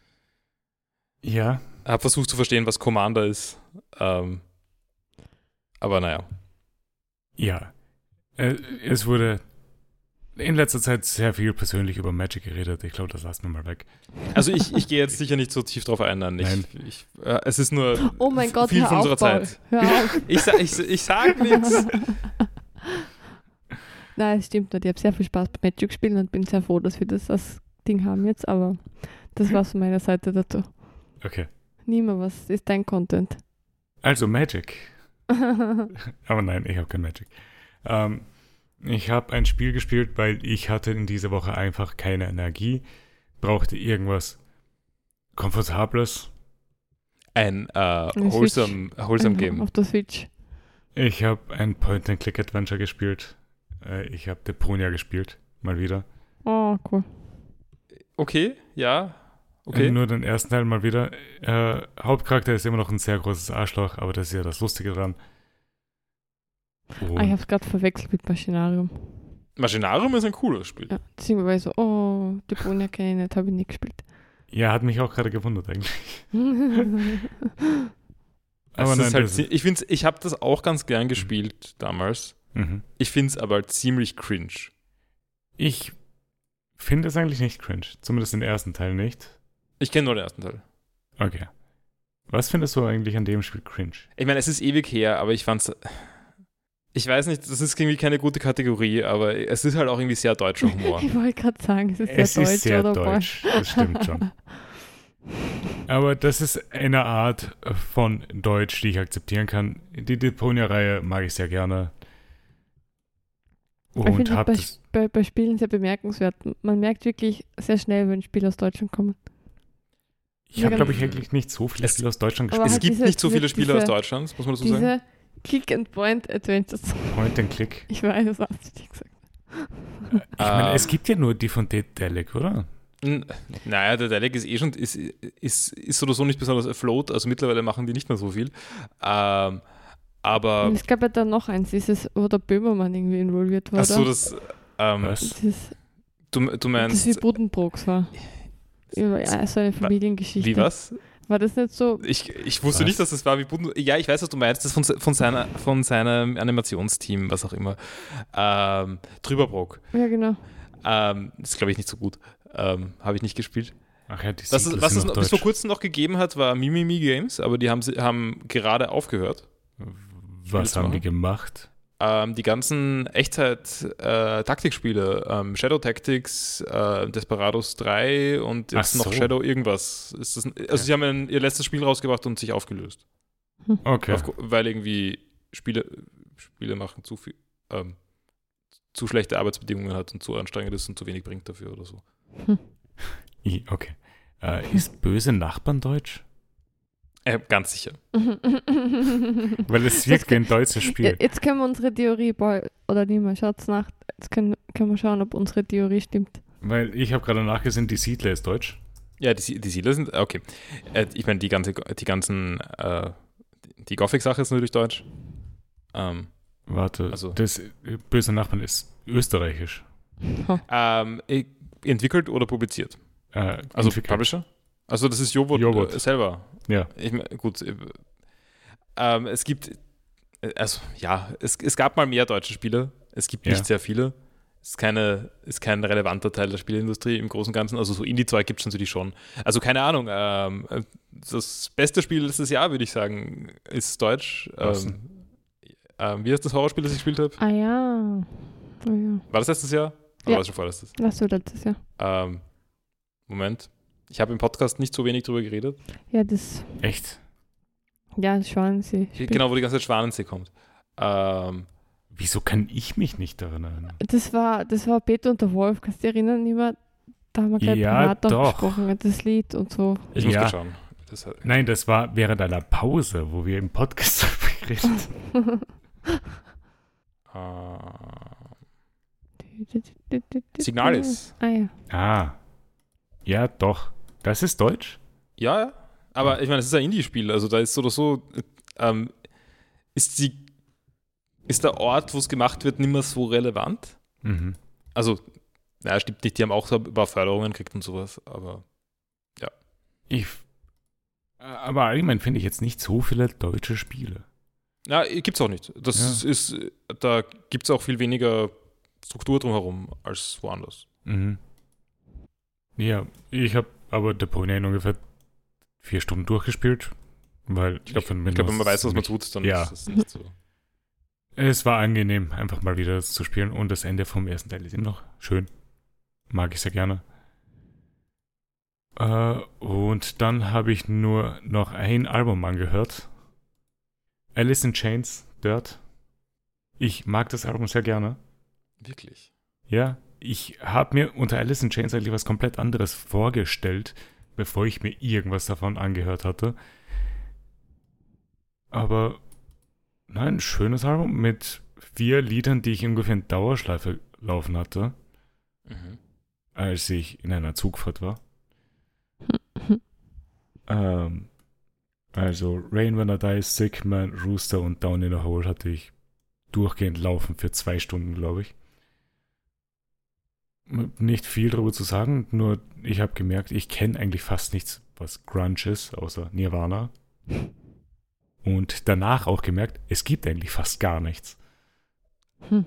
Speaker 1: Ja,
Speaker 3: Hab versucht zu verstehen, was Commander ist. Ähm, aber naja.
Speaker 1: ja. Äh, es wurde in letzter Zeit sehr viel persönlich über Magic geredet. Ich glaube, das lassen wir mal weg.
Speaker 3: Also ich, ich gehe jetzt sicher nicht so tief drauf ein. Nein. Ich,
Speaker 1: Nein.
Speaker 3: Ich, äh, es ist nur
Speaker 2: Oh mein
Speaker 3: f-
Speaker 2: Gott,
Speaker 3: viel
Speaker 2: hör
Speaker 3: von
Speaker 2: auf,
Speaker 3: unserer
Speaker 2: Paul.
Speaker 3: Zeit.
Speaker 2: Hör auf.
Speaker 3: Ich, sa ich, ich sag nichts.
Speaker 2: Nein, es stimmt nicht. Ich habe sehr viel Spaß beim Magic spielen und bin sehr froh, dass wir das als Ding haben jetzt, aber das war's von meiner Seite dazu.
Speaker 1: Okay.
Speaker 2: Niemand, was ist dein Content?
Speaker 1: Also Magic. Aber nein, ich habe kein Magic. Ähm, Ich habe ein Spiel gespielt, weil ich hatte in dieser Woche einfach keine Energie, brauchte irgendwas Komfortables.
Speaker 3: Ein äh,
Speaker 2: Switch.
Speaker 3: wholesome, wholesome Game.
Speaker 2: Auf der Switch.
Speaker 1: Ich habe ein Point-and-Click-Adventure gespielt. Äh, ich habe Deponia gespielt, mal wieder.
Speaker 2: Oh, cool.
Speaker 3: Okay, ja.
Speaker 1: Äh,
Speaker 3: Okay.
Speaker 1: Nur den ersten Teil mal wieder. Äh, Hauptcharakter ist immer noch ein sehr großes Arschloch, aber das ist ja das Lustige dran.
Speaker 2: Ah, ich
Speaker 1: Und
Speaker 2: habe es gerade verwechselt mit Maschinarium.
Speaker 3: Maschinarium ist ein cooles Spiel.
Speaker 2: Ja, deswegen war ich so, oh, die Bohne kenne ich nicht, habe ich nicht gespielt.
Speaker 1: ja, hat mich auch gerade gewundert eigentlich.
Speaker 3: Also
Speaker 1: Aber
Speaker 3: es
Speaker 1: nein,
Speaker 3: ist halt,
Speaker 1: das-
Speaker 3: zie- ich find's, ich habe das auch ganz gern gespielt damals.
Speaker 1: Mhm.
Speaker 3: Ich finde es aber ziemlich cringe.
Speaker 1: Ich finde es eigentlich nicht cringe. Zumindest den ersten Teil nicht.
Speaker 3: Ich kenne nur den ersten Teil.
Speaker 1: Okay. Was findest du eigentlich an dem Spiel cringe?
Speaker 3: Ich meine, es ist ewig her, aber ich fand's. Ich weiß nicht, das ist irgendwie keine gute Kategorie, aber es ist halt auch irgendwie sehr deutscher Humor.
Speaker 2: ich wollte gerade sagen, es ist
Speaker 1: es
Speaker 2: sehr deutsch,
Speaker 1: ist sehr
Speaker 2: oder?
Speaker 1: deutsch,
Speaker 2: Boah.
Speaker 1: das stimmt schon. Aber das ist eine Art von Deutsch, die ich akzeptieren kann. Die Deponia-Reihe mag ich sehr gerne.
Speaker 2: Ich
Speaker 1: Und
Speaker 2: finde
Speaker 1: hab
Speaker 2: bei,
Speaker 1: das.
Speaker 2: bei, bei Spielen sehr bemerkenswert. Man merkt wirklich sehr schnell, wenn Spiele aus Deutschland kommen.
Speaker 1: Ich habe,
Speaker 2: ganz-
Speaker 1: glaube ich, eigentlich nicht so viele
Speaker 3: Es-
Speaker 1: Spiele aus Deutschland
Speaker 2: genau. Aber
Speaker 1: gespielt.
Speaker 2: halt
Speaker 3: Es gibt
Speaker 2: diese-
Speaker 3: nicht so
Speaker 2: diese-
Speaker 3: viele Spiele
Speaker 2: diese-
Speaker 3: aus Deutschland, muss man dazu sagen.
Speaker 2: Diese Click-and-Point-Adventures.
Speaker 1: Point and Click. Ah.
Speaker 2: Ich weiß, das hast du nicht gesagt.
Speaker 1: Ich meine,
Speaker 3: Ähm,
Speaker 1: es gibt ja nur die von Dedelic, oder?
Speaker 3: N- Naja, der Dalek ist eh schon, ist, ist, ist oder so nicht besonders afloat, also mittlerweile machen die nicht mehr so viel. Ähm, aber,
Speaker 2: Und es gab ja dann noch eins, dieses, wo der Böhmermann irgendwie involviert war.
Speaker 3: achso,
Speaker 2: oder?
Speaker 3: das, ähm,
Speaker 1: Was?
Speaker 2: Dieses,
Speaker 3: du, du
Speaker 2: das wie
Speaker 3: meinst,
Speaker 2: Buddenbrooks war. Über ja, so eine Familiengeschichte.
Speaker 3: wie was?
Speaker 2: War das nicht so?
Speaker 3: Ich, ich wusste
Speaker 1: Was?
Speaker 3: nicht, dass das war wie Buden. Ja, ich weiß, was du meinst. Das von, se- von, seiner, von seinem Animationsteam, was auch immer. Ähm, Drüberbrock.
Speaker 2: Ja, genau.
Speaker 3: Ähm, ist, glaube ich, nicht so gut. Ähm, Habe ich nicht gespielt.
Speaker 1: Ach ja, die
Speaker 3: Was,
Speaker 1: Sequels
Speaker 3: es- was
Speaker 1: sind
Speaker 3: es
Speaker 1: auf
Speaker 3: noch- bis vor
Speaker 1: Deutsch.
Speaker 3: kurzem noch gegeben hat, war Mimimi Games, aber die haben, sie- haben gerade aufgehört.
Speaker 1: Was haben die
Speaker 3: machen?
Speaker 1: gemacht?
Speaker 3: Ähm, die ganzen Echtzeit-Taktikspiele, ähm, Shadow Tactics, äh, Desperados 3 und jetzt
Speaker 1: Ach
Speaker 3: noch
Speaker 1: so.
Speaker 3: Shadow irgendwas. Ist das, also, sie haben ein, ihr letztes Spiel rausgebracht und sich aufgelöst.
Speaker 1: Okay.
Speaker 3: Aufgru- weil irgendwie Spiele, Spiele machen zu viel, ähm, zu schlechte Arbeitsbedingungen hat und zu anstrengend ist und zu wenig bringt dafür oder so.
Speaker 1: I- Okay. Äh, ist böse Nachbarn deutsch?
Speaker 3: Äh, ganz sicher.
Speaker 1: Weil es
Speaker 2: Das
Speaker 1: wirkt wie
Speaker 2: kann-
Speaker 1: ein deutsches Spiel.
Speaker 2: Jetzt können wir unsere Theorie, boah, oder niemand, schaut's nach. Jetzt können, können wir schauen, ob unsere Theorie stimmt.
Speaker 1: Weil ich habe gerade nachgesehen, die Siedler ist deutsch.
Speaker 3: Ja, die, Sie- die Siedler sind, okay. Äh, ich meine, die, ganze, die ganzen, äh, die Gothic-Sache ist natürlich deutsch. Ähm,
Speaker 1: Warte,
Speaker 3: Also-
Speaker 1: das äh, böse Nachbarn ist österreichisch.
Speaker 3: ähm, eh, entwickelt oder publiziert?
Speaker 1: Äh,
Speaker 3: Also
Speaker 1: entwickelt.
Speaker 3: Publisher? Also das ist Jobot,
Speaker 1: Jobot.
Speaker 3: Äh, selber.
Speaker 1: Ja.
Speaker 3: Ich mein, gut. äh, Ähm, es gibt, äh, also ja, es, es gab mal mehr deutsche Spiele. Es gibt
Speaker 1: Ja.
Speaker 3: nicht sehr viele. Ist, keine, ist kein relevanter Teil der Spieleindustrie im Großen und Ganzen. Also so Indie-Zeug gibt es natürlich schon. Also keine Ahnung. Ähm, äh, das beste Spiel letztes Jahr, würde ich sagen, ist deutsch.
Speaker 1: Was
Speaker 3: Ähm, ähm, wie heißt das Horrorspiel, das ich gespielt habe?
Speaker 2: Ah ja. Oh ja.
Speaker 3: War das letztes Jahr?
Speaker 2: Ja.
Speaker 3: Oder war das schon vorletztes?
Speaker 2: Lass du letztes Jahr.
Speaker 3: Ähm, Moment. Ich habe im Podcast nicht so wenig drüber geredet.
Speaker 2: Ja, das,
Speaker 1: Echt?
Speaker 2: ja, das schauen sie.
Speaker 3: Genau, wo die ganze Zeit Schwanensee kommt. Ähm,
Speaker 1: Wieso kann ich mich nicht daran erinnern?
Speaker 2: Das war, das war Peter und der Wolf, kannst du dich erinnern, immer, da haben wir gerade
Speaker 1: Ja,
Speaker 2: privat noch
Speaker 1: doch.
Speaker 2: gesprochen, das Lied und so.
Speaker 3: ich muss
Speaker 1: Ja.
Speaker 3: kurz schauen. Das äh, hat,
Speaker 1: Nein, das war während einer Pause, wo wir im Podcast darüber geredet haben.
Speaker 3: äh, Signal ist.
Speaker 2: Ah ja.
Speaker 1: Ah. Ja, doch. Das ist deutsch?
Speaker 3: Ja, ja. Aber ich meine, es ist ein Indie-Spiel. Also da ist so oder so, äh, ähm, ist, die, ist der Ort, wo es gemacht wird, nicht mehr so relevant.
Speaker 1: Mhm.
Speaker 3: Also, naja, stimmt nicht. Die haben auch so ein paar Förderungen gekriegt und sowas. Aber
Speaker 1: Ich. Äh, Aber allgemein finde ich jetzt nicht so viele deutsche Spiele.
Speaker 3: na, gibt's auch nicht. Das
Speaker 1: Ja.
Speaker 3: ist, äh, da gibt es auch viel weniger Struktur drumherum als woanders.
Speaker 1: Mhm. Ja, ich habe aber Deponia in ungefähr vier Stunden durchgespielt, weil ich glaube,
Speaker 3: Ich glaube, wenn man weiß, was man tut, dann
Speaker 1: Ja.
Speaker 3: ist es nicht so.
Speaker 1: Es war angenehm, einfach mal wieder das zu spielen und das Ende vom ersten Teil ist immer noch schön. Mag ich sehr gerne. Äh, und dann habe ich nur noch ein Album angehört. Alice in Chains, Dirt. Ich mag das Album sehr gerne.
Speaker 3: Wirklich.
Speaker 1: Ja, ich habe mir unter Alice in Chains eigentlich was komplett anderes vorgestellt, bevor ich mir irgendwas davon angehört hatte. Aber nein, schönes Album mit vier Liedern, die ich ungefähr in Dauerschleife laufen hatte,
Speaker 3: Mhm.
Speaker 1: als ich in einer Zugfahrt war. ähm, also Rain When I Die, Sick Man, Rooster und Down in a Hole hatte ich durchgehend laufen für zwei Stunden, glaube ich. Nicht viel darüber zu sagen, nur ich habe gemerkt, ich kenne eigentlich fast nichts, was Grunge ist, außer Nirvana. Und danach auch gemerkt, es gibt eigentlich fast gar nichts.
Speaker 2: Hm.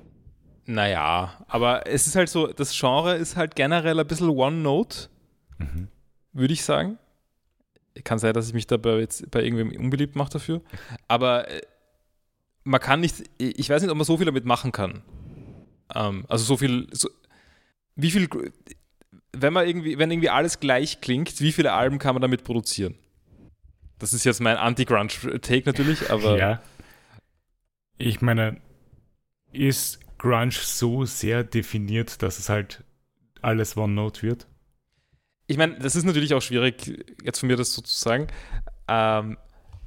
Speaker 3: Naja, aber es ist halt so, das Genre ist halt generell ein bisschen One-Note,
Speaker 1: Mhm.
Speaker 3: würde ich sagen. Kann sein, dass ich mich dabei jetzt bei irgendwem unbeliebt mache dafür. Aber äh, man kann nicht, ich weiß nicht, ob man so viel damit machen kann. Ähm, also so viel, so, wie viel, wenn man irgendwie, wenn irgendwie alles gleich klingt, wie viele Alben kann man damit produzieren? Das ist jetzt mein Anti-Grunge-Take natürlich, aber
Speaker 1: Ja. Ich meine, ist Grunge so sehr definiert, dass es halt alles One Note wird?
Speaker 3: ich meine, das ist natürlich auch schwierig, jetzt von mir das so zu sagen. Ähm,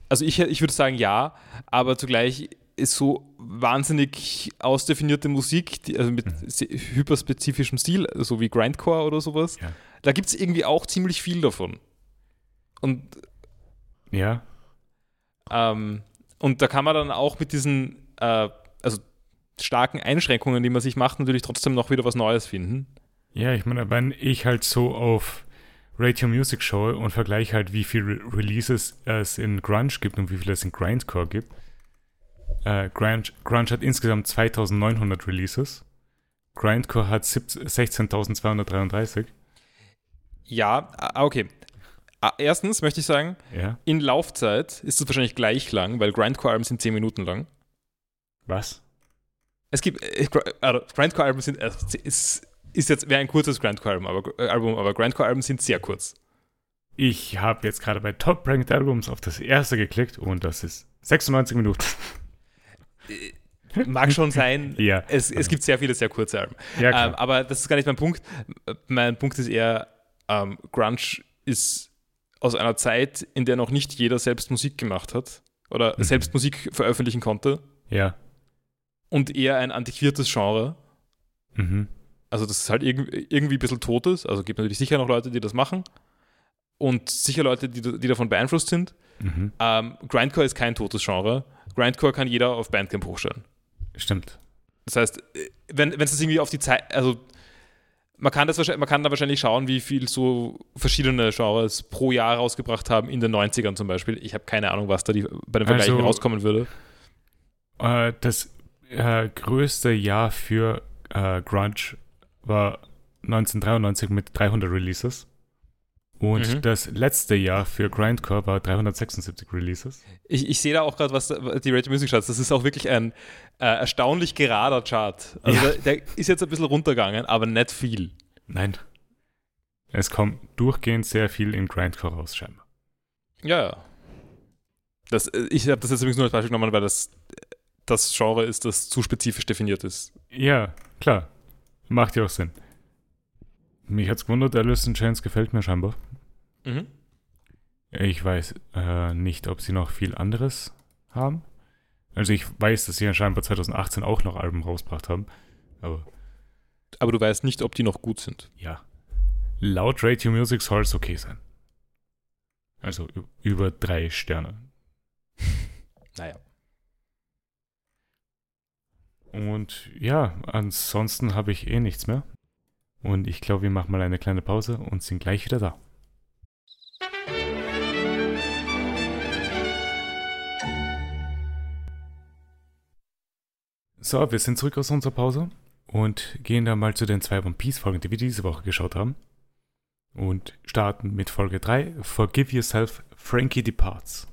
Speaker 3: also ich, ich würde sagen ja, aber zugleich ist so wahnsinnig ausdefinierte Musik, die, also mit se- hyperspezifischem Stil, so wie Grindcore oder sowas,
Speaker 1: Ja.
Speaker 3: da gibt es irgendwie auch ziemlich viel davon. Und
Speaker 1: Ja.
Speaker 3: ähm, und da kann man dann auch mit diesen äh, also starken Einschränkungen, die man sich macht, natürlich trotzdem noch wieder was Neues finden.
Speaker 1: Ja, ich meine, wenn ich halt so auf Radio Music schaue und vergleiche halt, wie viele Re Releases es in Grunge gibt und wie viele es in Grindcore gibt. Äh, Grunge, Grunge hat insgesamt 2900 Releases. Grindcore hat siebz- 16.233.
Speaker 3: Ja, ah, okay. Ah, Erstens möchte ich sagen,
Speaker 1: Ja.
Speaker 3: in Laufzeit ist es wahrscheinlich gleich lang, weil Grindcore-Alben sind 10 Minuten lang.
Speaker 1: Was?
Speaker 3: Es gibt, äh, Gr- also Grindcore-Alben sind, äh, ist, ist jetzt, wäre ein kurzes Grindcore-Album, aber, äh, Album, aber Grindcore-Alben sind sehr kurz.
Speaker 1: Ich habe jetzt gerade bei Top Ranked Albums auf das erste geklickt und das ist 96 Minuten.
Speaker 3: Mag schon sein,
Speaker 1: Ja.
Speaker 3: es, es gibt sehr viele sehr kurze Alben.
Speaker 1: Ja, klar.
Speaker 3: ähm, aber das ist gar nicht mein Punkt. Mein Punkt ist eher, ähm, Grunge ist aus einer Zeit, in der noch nicht jeder selbst Musik gemacht hat oder
Speaker 1: Mhm.
Speaker 3: selbst Musik veröffentlichen konnte
Speaker 1: Ja.
Speaker 3: und eher ein antiquiertes Genre.
Speaker 1: Mhm.
Speaker 3: Also das ist halt irg irgendwie ein bisschen tot ist. Also gibt natürlich sicher noch Leute, die das machen und sicher Leute, die, da- die davon beeinflusst sind.
Speaker 1: Mhm.
Speaker 3: Ähm, Grindcore ist kein totes Genre. Grindcore kann jeder auf Bandcamp hochstellen.
Speaker 1: Stimmt.
Speaker 3: Das heißt, äh, wenn es das irgendwie auf die Zeit, also man kann, das wahrscheinlich, man kann da wahrscheinlich schauen, wie viel so verschiedene Genres pro Jahr rausgebracht haben, in den 90ern zum Beispiel. Ich habe keine Ahnung, was da die, bei den Vergleichen
Speaker 1: Also-
Speaker 3: rauskommen würde.
Speaker 1: Äh, das äh, größte Jahr für äh, Grunge war 1993 mit 300 Releases. Und
Speaker 3: Mhm.
Speaker 1: das letzte Jahr für Grindcore war 376 Releases.
Speaker 3: Ich, ich sehe da auch gerade, was da- die Rate Music Charts, das ist auch wirklich ein äh, erstaunlich gerader Chart. Also
Speaker 1: Ja.
Speaker 3: der, der ist jetzt ein bisschen runtergegangen, aber nicht viel.
Speaker 1: Nein. Es kommt durchgehend sehr viel in Grindcore raus, scheinbar.
Speaker 3: Ja, ja. Das, äh, ich habe das jetzt übrigens nur als Beispiel genommen, weil das äh, das Genre ist, das zu spezifisch definiert ist.
Speaker 1: Ja, klar. Macht ja auch Sinn. Mich hat's gewundert, Alice in Chains gefällt mir scheinbar.
Speaker 3: Mhm.
Speaker 1: Ich weiß äh, nicht, ob sie noch viel anderes haben. Also ich weiß, dass sie anscheinend bei 2018 auch noch Alben rausgebracht haben. Aber
Speaker 3: Aber du weißt nicht, ob die noch gut sind.
Speaker 1: ja. Laut Radio Music soll es okay sein. Also ü- über drei Sterne.
Speaker 3: Naja.
Speaker 1: Und ja, ansonsten habe ich eh nichts mehr. Und ich glaube, wir machen mal eine kleine Pause und sind gleich wieder da. So, wir sind zurück aus unserer Pause und gehen dann mal zu den zwei One Piece Folgen, die wir diese Woche geschaut haben. Und starten mit Folge 3, Forgive Yourself, Frankie Departs.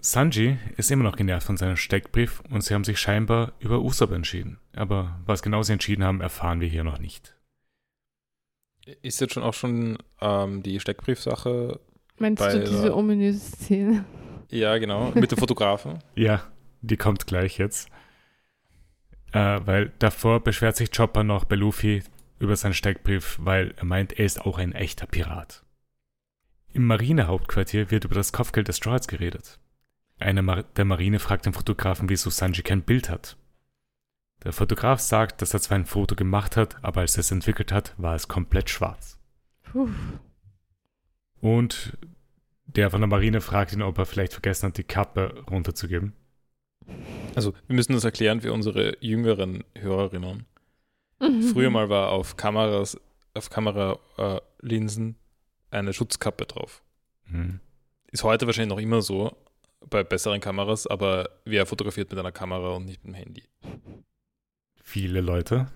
Speaker 1: Sanji ist immer noch genervt von seinem Steckbrief und sie haben sich scheinbar über Usopp entschieden. Aber was genau sie entschieden haben, erfahren wir hier noch nicht.
Speaker 3: Ist jetzt schon auch schon ähm, die Steckbriefsache,
Speaker 2: Meinst
Speaker 3: Bei
Speaker 2: du diese
Speaker 3: der-
Speaker 2: ominöse Szene?
Speaker 3: ja genau, mit dem Fotografen.
Speaker 1: Ja, die kommt gleich jetzt. Äh, weil davor beschwert sich Chopper noch bei Luffy über seinen Steckbrief, weil er meint, er ist auch ein echter Pirat. Im Marinehauptquartier wird über das Kopfgeld des Straw Hats geredet. Einer Mar der Marine fragt den Fotografen, wieso Sanji kein Bild hat. Der Fotograf sagt, dass er zwar ein Foto gemacht hat, aber als er es entwickelt hat, war es komplett schwarz.
Speaker 2: Puh.
Speaker 1: Und der von der Marine fragt ihn, ob er vielleicht vergessen hat, die Kappe runterzugeben.
Speaker 3: Also, wir müssen das erklären für unsere jüngeren Hörerinnen.
Speaker 2: Mhm.
Speaker 3: Früher mal war auf Kameras, auf Kameralinsen äh, eine Schutzkappe drauf.
Speaker 1: Mhm.
Speaker 3: Ist heute wahrscheinlich noch immer so bei besseren Kameras, aber wer fotografiert mit einer Kamera und nicht mit dem Handy?
Speaker 1: Viele Leute.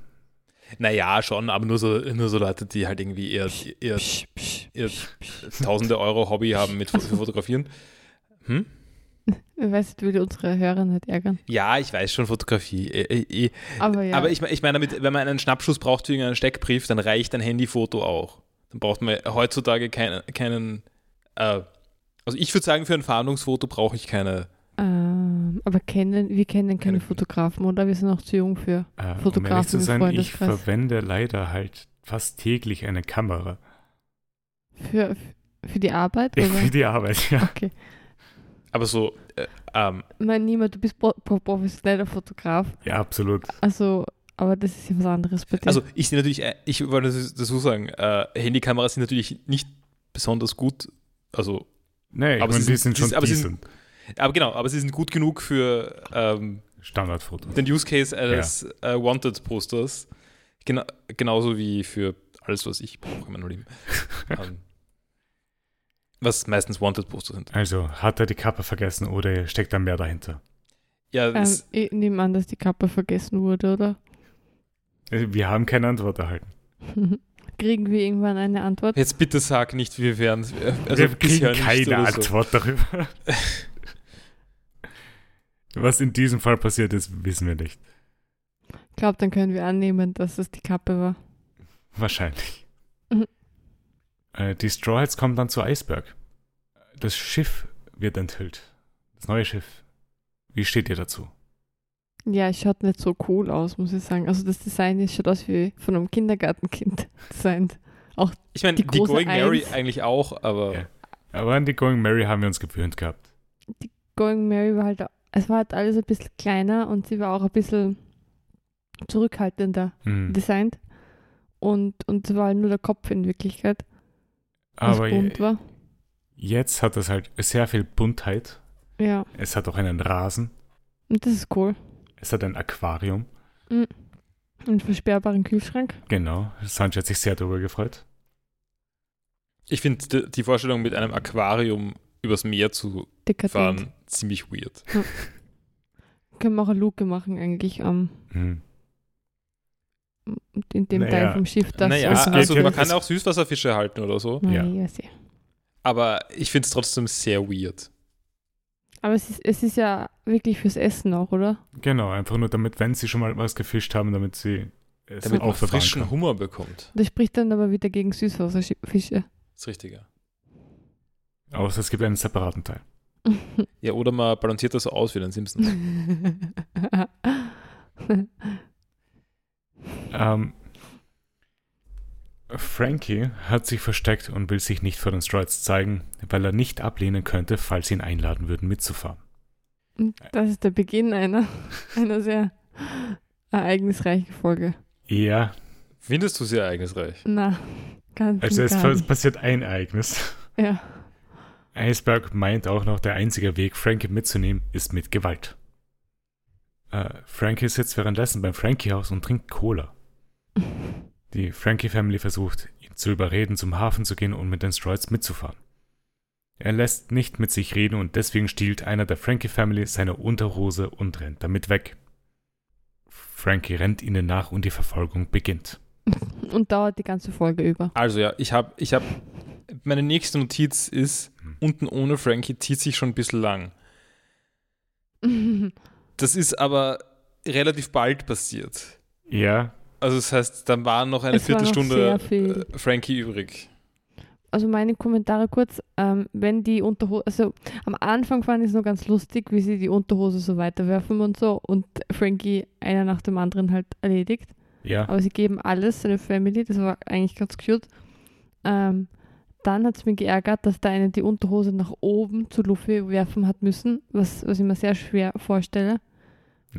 Speaker 3: Naja, schon, aber nur so, nur so Leute, die halt irgendwie eher, eher
Speaker 2: Psch, psch,
Speaker 3: ihr-
Speaker 2: psch, psch.
Speaker 3: tausende Euro Hobby haben mit Fo- für Fotografieren. Hm?
Speaker 2: Ich weiß, du willst unsere Hörer nicht ärgern.
Speaker 3: Ja, ich weiß schon, Fotografie. Äh, äh, äh.
Speaker 2: Aber ja.
Speaker 3: Aber ich, mein- ich meine, damit, wenn man einen Schnappschuss braucht für irgendeinen Steckbrief, dann reicht ein Handyfoto auch. Dann braucht man heutzutage keinen. keinen äh, also ich würde sagen, für ein Fahndungsfoto brauche ich keine.
Speaker 2: ähm, aber kennen, wir kennen keine
Speaker 3: Keine-
Speaker 2: Fotografen, oder? Wir sind noch zu jung für.
Speaker 1: Äh, um
Speaker 2: Fotografen
Speaker 1: ehrlich zu
Speaker 2: im
Speaker 1: sein, ich
Speaker 2: Freundeskreis.
Speaker 1: verwende leider halt fast täglich eine Kamera
Speaker 2: Für, für die Arbeit?
Speaker 1: für
Speaker 2: Oder?
Speaker 1: die Arbeit. Ja.
Speaker 3: Aber so, äh, ähm,
Speaker 2: Mein niemand, du bist pro pro- professioneller Fotograf.
Speaker 1: ja, absolut.
Speaker 2: Also, aber das ist ja was anderes bei dir.
Speaker 3: also ich sehe natürlich, äh, ich wollte das das so sagen, äh, Handykameras sind natürlich nicht besonders gut, also
Speaker 1: Nee, ich
Speaker 3: Aber sie
Speaker 1: meine, die sind
Speaker 3: sind- sie
Speaker 1: schon
Speaker 3: sind- aber sie sind-
Speaker 1: decent.
Speaker 3: Aber genau, aber sie sind gut genug für ähm,
Speaker 1: Standardfotos.
Speaker 3: den Use Case eines äh, Wanted-Posters. Gena genauso wie für alles, was ich brauche in meinem Leben. ähm, was meistens Wanted-Poster sind.
Speaker 1: Also, hat er die Kappe vergessen oder steckt da mehr dahinter?
Speaker 3: Ja,
Speaker 2: ähm,
Speaker 3: das,
Speaker 2: ich nehme an, dass die Kappe vergessen wurde, oder?
Speaker 1: Äh, Wir haben keine Antwort erhalten.
Speaker 2: Kriegen wir irgendwann eine Antwort?
Speaker 3: jetzt bitte sag nicht, wir wären. Also
Speaker 1: wir
Speaker 3: bisher
Speaker 1: kriegen
Speaker 3: nicht
Speaker 1: keine
Speaker 3: oder
Speaker 1: Antwort darüber. Was in diesem Fall passiert ist, wissen wir nicht.
Speaker 2: Ich glaube, dann können wir annehmen, dass es die Kappe war.
Speaker 1: Wahrscheinlich.
Speaker 2: Mhm.
Speaker 1: Äh, die Straw Hats kommen dann zu Eisberg. Das Schiff wird enthüllt. Das neue Schiff. Wie steht ihr dazu?
Speaker 2: Ja, es schaut nicht so cool aus, muss ich sagen. Also das Design ist, schaut aus wie von einem Kindergartenkind designt.
Speaker 3: So. Ich meine,
Speaker 2: Die
Speaker 3: die,
Speaker 2: große
Speaker 3: Going Mary
Speaker 2: Eins.
Speaker 3: eigentlich auch, aber
Speaker 1: Ja. Aber an die Going Mary haben wir uns gewöhnt gehabt.
Speaker 2: Going Mary war halt, es war halt alles ein bisschen kleiner und sie war auch ein bisschen zurückhaltender
Speaker 1: Mhm.
Speaker 2: designt. Und, und es war halt nur der Kopf in Wirklichkeit, was
Speaker 1: Aber
Speaker 2: bunt war.
Speaker 1: jetzt hat es halt sehr viel Buntheit.
Speaker 2: Ja,
Speaker 1: Es hat auch einen Rasen.
Speaker 2: und das ist cool.
Speaker 1: Es hat ein Aquarium.
Speaker 2: Einen versperrbaren Kühlschrank.
Speaker 1: Genau. Sanji hat sich sehr darüber gefreut.
Speaker 3: ich finde die, die Vorstellung, mit einem Aquarium übers Meer zu
Speaker 2: Dekadent.
Speaker 3: fahren, ziemlich weird.
Speaker 2: Können wir auch eine Luke machen eigentlich ähm,
Speaker 1: Mhm.
Speaker 2: in dem Teil
Speaker 1: Naja.
Speaker 2: vom Schiff. Das
Speaker 3: naja,
Speaker 1: es geht
Speaker 3: also
Speaker 1: ja-
Speaker 3: man kann
Speaker 1: es-
Speaker 3: auch Süßwasserfische halten oder so,
Speaker 1: ja.
Speaker 2: naja, ja. sehr.
Speaker 3: aber ich finde es trotzdem sehr weird.
Speaker 2: Aber es ist, es ist ja wirklich fürs Essen auch, oder?
Speaker 1: Genau, einfach nur damit, wenn sie schon mal was gefischt haben, damit sie es
Speaker 3: Damit man
Speaker 1: aufbewahren
Speaker 3: frischen
Speaker 1: können.
Speaker 3: Hummer bekommt.
Speaker 2: Das spricht dann aber wieder gegen Süßwasserfische.
Speaker 3: Das ist richtig, ja.
Speaker 1: Außer es gibt einen separaten Teil.
Speaker 3: Ja, oder man balanciert das so aus wie den Simpsons.
Speaker 1: Ähm, Frankie hat sich versteckt und will sich nicht vor den Stroids zeigen, weil er nicht ablehnen könnte, falls sie ihn einladen würden, mitzufahren.
Speaker 2: das ist der Beginn einer, einer sehr ereignisreichen Folge.
Speaker 1: Ja,
Speaker 3: Findest du sehr ereignisreich?
Speaker 2: Na, ganz
Speaker 1: also
Speaker 2: und
Speaker 1: es
Speaker 2: gar
Speaker 1: pa-
Speaker 2: nicht.
Speaker 1: passiert ein Ereignis.
Speaker 2: Ja.
Speaker 1: Eisberg meint auch noch, der einzige Weg, Frankie mitzunehmen, ist mit Gewalt. Äh, Frankie sitzt währenddessen beim Frankie-Haus und trinkt Cola. Die Frankie-Family versucht, ihn zu überreden, zum Hafen zu gehen und mit den Stroids mitzufahren. Er lässt nicht mit sich reden und deswegen stiehlt einer der Frankie-Family seine Unterhose und rennt damit weg. Frankie rennt ihnen nach und die Verfolgung beginnt.
Speaker 2: Und dauert die ganze Folge über.
Speaker 3: Also ja, ich habe, ich habe, meine nächste Notiz ist,
Speaker 1: Hm.
Speaker 3: unten ohne Frankie zieht sich schon ein bisschen lang. Das ist aber relativ bald passiert.
Speaker 1: Ja,
Speaker 3: Also das heißt, dann war noch eine
Speaker 2: Es war noch
Speaker 3: Viertelstunde
Speaker 2: sehr viel.
Speaker 3: äh, Frankie übrig.
Speaker 2: also meine Kommentare kurz, ähm, wenn die Unterhose, also am Anfang fand ich es noch ganz lustig, wie sie die Unterhose so weiterwerfen und so und Frankie einer nach dem anderen halt erledigt.
Speaker 1: Ja.
Speaker 2: Aber sie geben alles, seine Family, das war eigentlich ganz cute. Ähm, dann hat es mich geärgert, dass da eine die Unterhose nach oben zu Luffy werfen hat müssen, was, was ich mir sehr schwer vorstelle.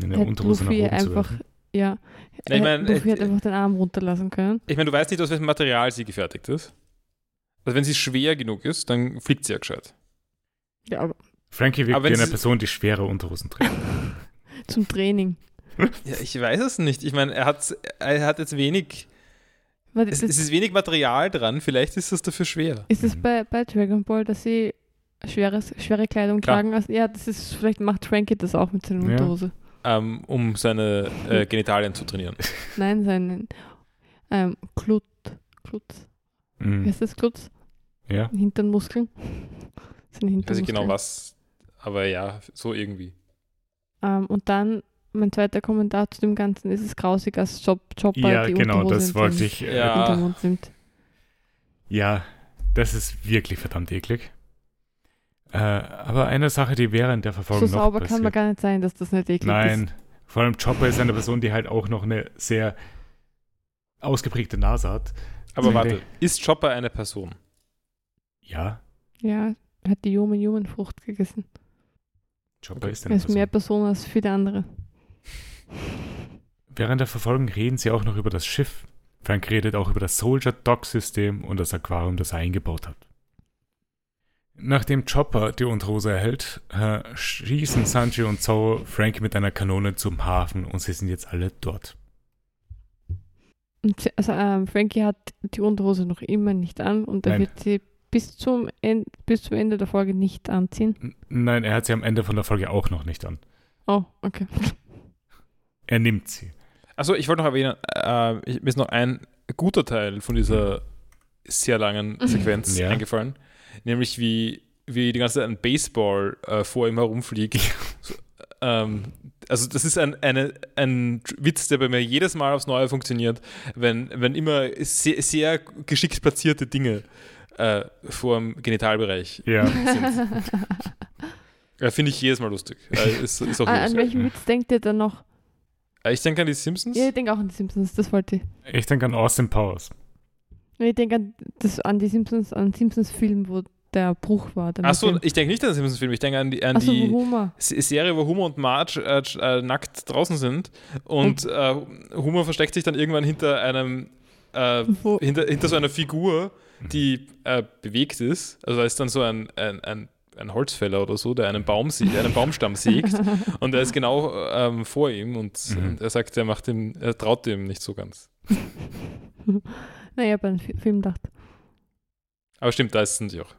Speaker 1: Eine
Speaker 2: Hätte
Speaker 1: Unterhose nach
Speaker 2: Luffy
Speaker 1: oben zu
Speaker 2: einfach,
Speaker 1: werfen.
Speaker 2: ja,
Speaker 3: Ja, ich mein,
Speaker 2: Luffy hat
Speaker 3: äh,
Speaker 2: einfach den Arm runterlassen können.
Speaker 3: Ich meine, du weißt nicht, aus welchem Material sie gefertigt ist. Also wenn sie schwer genug ist, dann fliegt sie ja gescheit.
Speaker 2: Ja, aber
Speaker 1: Frankie wirkt
Speaker 3: Aber
Speaker 1: wie
Speaker 3: wenn
Speaker 1: eine
Speaker 3: sie-
Speaker 1: Person, die schwere Unterhosen trägt.
Speaker 2: zum Training.
Speaker 3: Ja, ich weiß es nicht. Ich meine, er hat, er hat jetzt wenig,
Speaker 2: Warte,
Speaker 3: es,
Speaker 2: das-
Speaker 3: es ist wenig Material dran, vielleicht ist das dafür schwer.
Speaker 2: Ist es
Speaker 1: Mhm.
Speaker 2: bei, bei Dragon Ball, dass sie schweres, schwere Kleidung
Speaker 3: Klar.
Speaker 2: tragen? Also, ja, das ist, vielleicht macht Frankie das auch mit seiner
Speaker 1: Ja.
Speaker 2: Unterhose.
Speaker 3: Ähm, um seine äh, Genitalien zu trainieren.
Speaker 2: Nein, seinen ähm, Klut, Klutz, wie
Speaker 1: Mhm.
Speaker 2: heißt das Klutz?
Speaker 1: Ja.
Speaker 2: Hinternmuskeln. Seine
Speaker 3: Ich weiß
Speaker 2: Hinternmuskeln.
Speaker 3: nicht genau was, aber ja, so irgendwie.
Speaker 2: Ähm, und dann mein zweiter Kommentar zu dem Ganzen ist es grausig, als Job, Jobber
Speaker 1: Ja,
Speaker 2: die
Speaker 1: genau,
Speaker 2: Unterhose
Speaker 1: das
Speaker 2: in
Speaker 1: wollte
Speaker 2: seinen-
Speaker 1: ich. äh,
Speaker 3: Ja.
Speaker 2: in den Mund nimmt.
Speaker 1: Ja, das ist wirklich verdammt eklig. Äh, aber eine Sache, die während der
Speaker 2: So
Speaker 1: Verfolgung noch
Speaker 2: sauber kann man
Speaker 1: passiert.
Speaker 2: gar nicht sein, dass das nicht eklig ist.
Speaker 1: Nein, vor allem Chopper ist eine Person, die halt auch noch eine sehr ausgeprägte Nase hat.
Speaker 3: Aber
Speaker 1: Nee.
Speaker 3: warte, ist Chopper eine Person?
Speaker 1: Ja,
Speaker 2: Ja, hat die Human Human Frucht gegessen.
Speaker 1: Chopper
Speaker 3: Okay.
Speaker 1: ist
Speaker 2: Er
Speaker 1: eine
Speaker 2: ist
Speaker 1: Person.
Speaker 2: mehr Person als viele andere.
Speaker 1: Während der Verfolgung reden sie auch noch über das Schiff. Frank redet auch über das Soldier-Dock-System und das Aquarium, das er eingebaut hat. Nachdem Chopper die Unterhose erhält, äh, schießen Sanji und Zoro Frank mit einer Kanone zum Hafen und sie sind jetzt alle dort.
Speaker 2: Und sie- also, ähm, Frankie hat die Unterhose noch immer nicht an und er
Speaker 1: Nein.
Speaker 2: wird sie bis zum, End, bis zum Ende der Folge nicht anziehen.
Speaker 1: N Nein, er hat sie am Ende von der Folge auch noch nicht an.
Speaker 2: Oh, okay.
Speaker 1: Er nimmt sie.
Speaker 3: Also ich wollte noch erwähnen, äh, ich, mir ist noch ein guter Teil von dieser sehr langen Sequenz
Speaker 1: Ja.
Speaker 3: eingefallen, nämlich wie, wie die ganze Zeit ein Baseball äh, vor ihm herumfliegt. so, ähm, also das ist ein, eine, ein Witz, der bei mir jedes Mal aufs Neue funktioniert, wenn, wenn immer sehr, sehr geschickt platzierte Dinge äh, vor dem Genitalbereich
Speaker 1: Ja.
Speaker 3: sind. Äh, Finde ich jedes Mal lustig. Äh, ist, ist auch
Speaker 2: Ah, an, an
Speaker 3: lustig.
Speaker 2: welchen Witz denkt ihr dann noch?
Speaker 3: Äh, Ich denke an die Simpsons.
Speaker 2: Ja, ich denke auch an die Simpsons, das wollte ich.
Speaker 1: Ich denke an Austin Powers.
Speaker 2: Nee, Ich denke an, das, an die Simpsons, an den Simpsons-Film, wo der Bruch war. der mit
Speaker 3: Achso,
Speaker 2: dem-
Speaker 3: ich denke nicht an den Simpsons-Film, ich denke an die, an
Speaker 2: Ach so,
Speaker 3: die
Speaker 2: wo Homer.
Speaker 3: Se- Serie, wo Homer und Marge äh, sch- äh, nackt draußen sind
Speaker 2: Hm.
Speaker 3: und äh, Homer versteckt sich dann irgendwann hinter einem, äh,
Speaker 2: Wo,
Speaker 3: hinter, hinter so einer Figur, die äh, bewegt ist. Also da ist dann so ein, ein, ein, ein Holzfäller oder so, der einen, Baum sie einen Baumstamm sägt und er ist genau ähm, vor ihm und,
Speaker 1: Mhm.
Speaker 3: und er sagt, er macht dem, er traut dem nicht so ganz.
Speaker 2: naja, bei einem Fi- Film dachte.
Speaker 3: Aber stimmt, da ist es auch.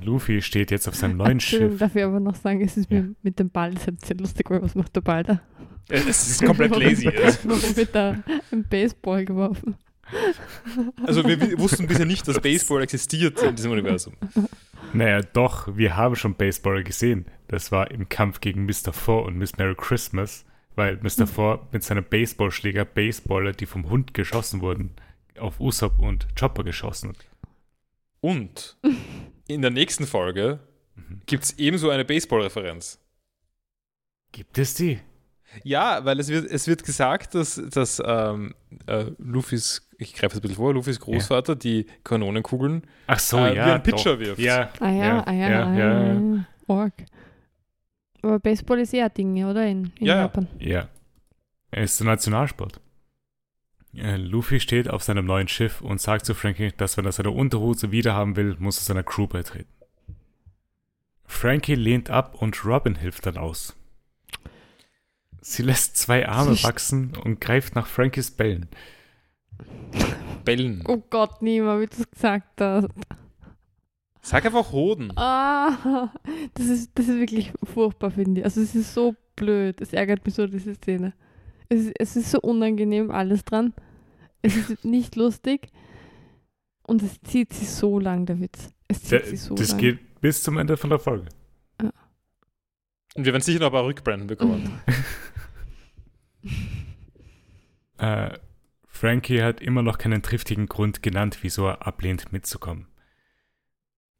Speaker 1: Luffy steht jetzt auf seinem neuen
Speaker 2: Entschuldigung,
Speaker 1: Schiff.
Speaker 2: darf ich aber noch sagen, es ist
Speaker 1: Ja.
Speaker 2: mit, mit dem Ball, das ist sehr lustig, weil was macht der Ball da?
Speaker 3: Es ist komplett lazy.
Speaker 2: Warum wird da ein Baseball geworfen?
Speaker 3: Also wir wi- wussten bisher nicht, dass Baseball existiert in diesem Universum.
Speaker 1: Naja, doch, wir haben schon Baseball gesehen. Das war im Kampf gegen Mr. Four und Miss Merry Christmas, weil Mr. Four mit seinem Baseballschläger Baseballer, die vom Hund geschossen wurden, auf Usopp und Chopper geschossen hat.
Speaker 3: Und in der nächsten Folge
Speaker 1: Mhm.
Speaker 3: gibt es ebenso eine Baseball-Referenz.
Speaker 1: Gibt es die?
Speaker 3: Ja, weil es wird, es wird gesagt, dass, dass ähm, äh, Lufis, ich greife jetzt ein bisschen vor, Lufis Großvater die Kanonenkugeln
Speaker 1: Ach so,
Speaker 3: äh,
Speaker 1: ja.
Speaker 3: wie ein Pitcher
Speaker 1: doch.
Speaker 3: wirft.
Speaker 1: Ja,
Speaker 2: Ah ja,
Speaker 1: Ja,
Speaker 2: ah ja,
Speaker 1: ja,
Speaker 2: ah,
Speaker 1: ja,
Speaker 2: ja,
Speaker 1: ja.
Speaker 2: ja. Org. Aber Baseball ist ja ein Ding, oder? In, in
Speaker 3: Ja, ja.
Speaker 2: Japan.
Speaker 1: ja. Er ist der Nationalsport. Äh, Luffy steht auf seinem neuen Schiff und sagt zu Frankie, dass wenn er seine Unterhose wiederhaben will, muss er seiner Crew beitreten. Frankie lehnt ab und Robin hilft dann aus. Sie lässt zwei Arme
Speaker 2: Sie sch-
Speaker 1: wachsen und greift nach Frankies Bällen.
Speaker 3: Bällen.
Speaker 2: Oh Gott, niemand, wie du es gesagt hast.
Speaker 3: Sag einfach Hoden.
Speaker 2: Ah, das ist, das ist wirklich furchtbar, finde ich. Also es ist so blöd. Es ärgert mich so, diese Szene. Es, ist- es ist so unangenehm, alles dran. Es ist nicht lustig. Und es zieht sich so lang, der Witz. Es zieht
Speaker 1: Der-
Speaker 2: sich so
Speaker 1: das
Speaker 2: lang.
Speaker 1: geht bis zum Ende von der Folge.
Speaker 3: Und wir werden sicher noch ein paar oh Rückbranden bekommen.
Speaker 1: Äh, Frankie hat immer noch keinen triftigen Grund genannt, wieso er ablehnt mitzukommen.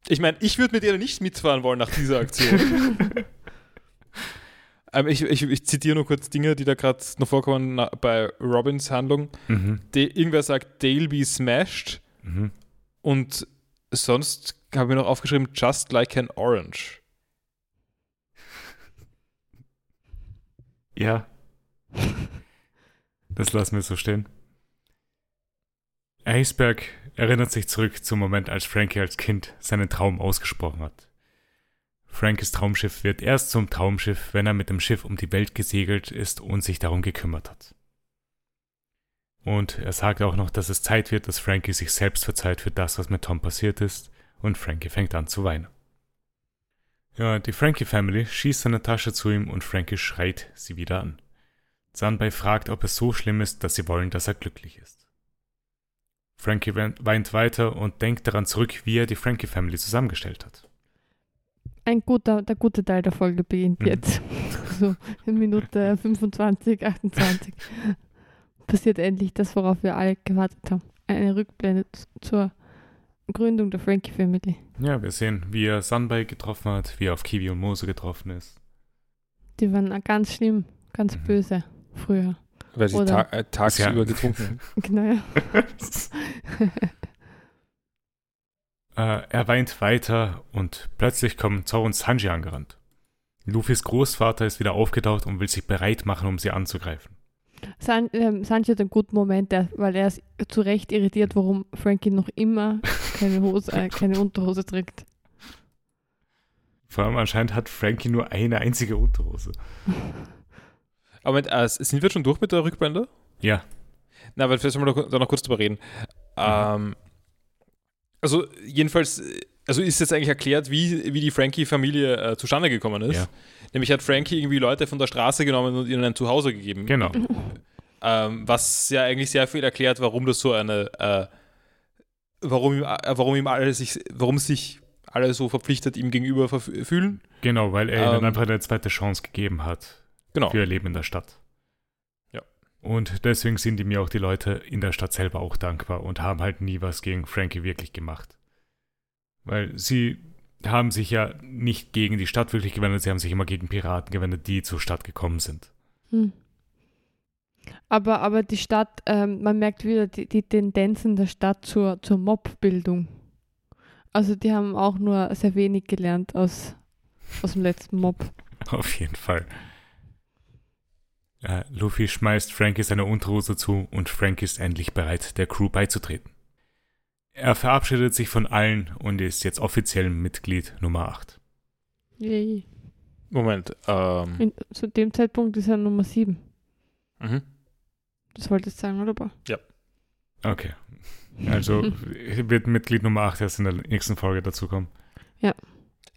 Speaker 3: Ich meine, ich würde mit ihr nicht mitfahren wollen nach dieser Aktion. ähm, ich, ich, ich zitiere nur kurz Dinge, die da gerade noch vorkommen na, bei Robins Handlung.
Speaker 1: Mhm.
Speaker 3: De, irgendwer sagt, Dale be smashed
Speaker 1: Mhm.
Speaker 3: und sonst habe ich mir noch aufgeschrieben, just like an orange.
Speaker 1: Ja. Das lassen wir so stehen. Iceberg erinnert sich zurück zum Moment, als Frankie als Kind seinen Traum ausgesprochen hat. Frankies Traumschiff wird erst zum Traumschiff, wenn er mit dem Schiff um die Welt gesegelt ist und sich darum gekümmert hat. Und er sagt auch noch, dass es Zeit wird, dass Frankie sich selbst verzeiht für das, was mit Tom passiert ist, und Frankie fängt an zu weinen. Ja, die Frankie Family schießt seine Tasche zu ihm und Frankie schreit sie wieder an. Sanbei fragt, ob es so schlimm ist, dass sie wollen, dass er glücklich ist. Frankie weint weint weiter und denkt daran zurück, wie er die Frankie Family zusammengestellt hat.
Speaker 2: Ein guter, der gute Teil der Folge beginnt
Speaker 1: Mhm.
Speaker 2: jetzt. So in Minute 25, 28 passiert endlich das, worauf wir alle gewartet haben. Eine Rückblende z- zur Gründung der Frankie Family.
Speaker 1: Ja, wir sehen, wie er Sanbei getroffen hat, wie er auf Kiwi und Mose getroffen ist.
Speaker 2: Die waren ganz schlimm, ganz
Speaker 1: Mhm.
Speaker 2: böse früher.
Speaker 3: Weil sie ta
Speaker 2: Oder-
Speaker 3: äh, tagsüber
Speaker 1: Ja.
Speaker 3: getrunken.
Speaker 2: Genau. ja.
Speaker 1: Äh, er weint weiter und plötzlich kommen Zoro und Sanji angerannt. Luffys Großvater ist wieder aufgetaucht und will sich bereit machen, um sie anzugreifen.
Speaker 2: San, ähm, Sanji hat einen guten Moment, der, weil er ist zu Recht irritiert, warum Frankie noch immer keine Hose, äh, keine Unterhose trägt.
Speaker 1: Vor allem anscheinend hat Frankie nur eine einzige Unterhose.
Speaker 3: Aber Moment, äh, sind wir schon durch mit der Rückblende?
Speaker 1: Ja. Mhm.
Speaker 3: Na, aber vielleicht sollen wir da- da noch kurz drüber reden. Ähm, also, jedenfalls, äh, also ist jetzt eigentlich erklärt, wie, wie die Frankie-Familie äh, zustande gekommen ist.
Speaker 1: Ja.
Speaker 3: Nämlich hat Frankie irgendwie Leute von der Straße genommen und ihnen ein Zuhause gegeben.
Speaker 1: Genau.
Speaker 3: Ähm, was ja eigentlich sehr viel erklärt, warum das so eine, äh, warum, ihm, äh, warum ihm alle sich, warum sich alle so verpflichtet ihm gegenüber verf- fühlen.
Speaker 1: Genau, weil er ihnen
Speaker 3: Ähm,
Speaker 1: einfach eine zweite Chance gegeben hat
Speaker 3: Genau.
Speaker 1: für ihr Leben in der Stadt.
Speaker 3: Ja.
Speaker 1: Und deswegen sind ihm ja auch die Leute in der Stadt selber auch dankbar und haben halt nie was gegen Frankie wirklich gemacht. Weil sie haben sich ja nicht gegen die Stadt wirklich gewendet, sie haben sich immer gegen Piraten gewendet, die zur Stadt gekommen sind.
Speaker 2: Hm. Aber, aber die Stadt, ähm, man merkt wieder die, die Tendenzen der Stadt zur, zur Mobbildung. Also die haben auch nur sehr wenig gelernt aus, aus dem letzten Mob.
Speaker 1: Auf jeden Fall. Äh, Luffy schmeißt Frankie seine Unterhose zu und Frank ist endlich bereit, der Crew beizutreten. Er verabschiedet sich von allen und ist jetzt offiziell Mitglied Nummer 8.
Speaker 2: Yay.
Speaker 3: Moment. Ähm,
Speaker 2: In, zu dem Zeitpunkt ist er Nummer 7.
Speaker 3: mhm.
Speaker 2: Das wolltest du sagen, oder? Bau?
Speaker 1: Okay. Also wird Mitglied Nummer 8 erst in der nächsten Folge dazukommen.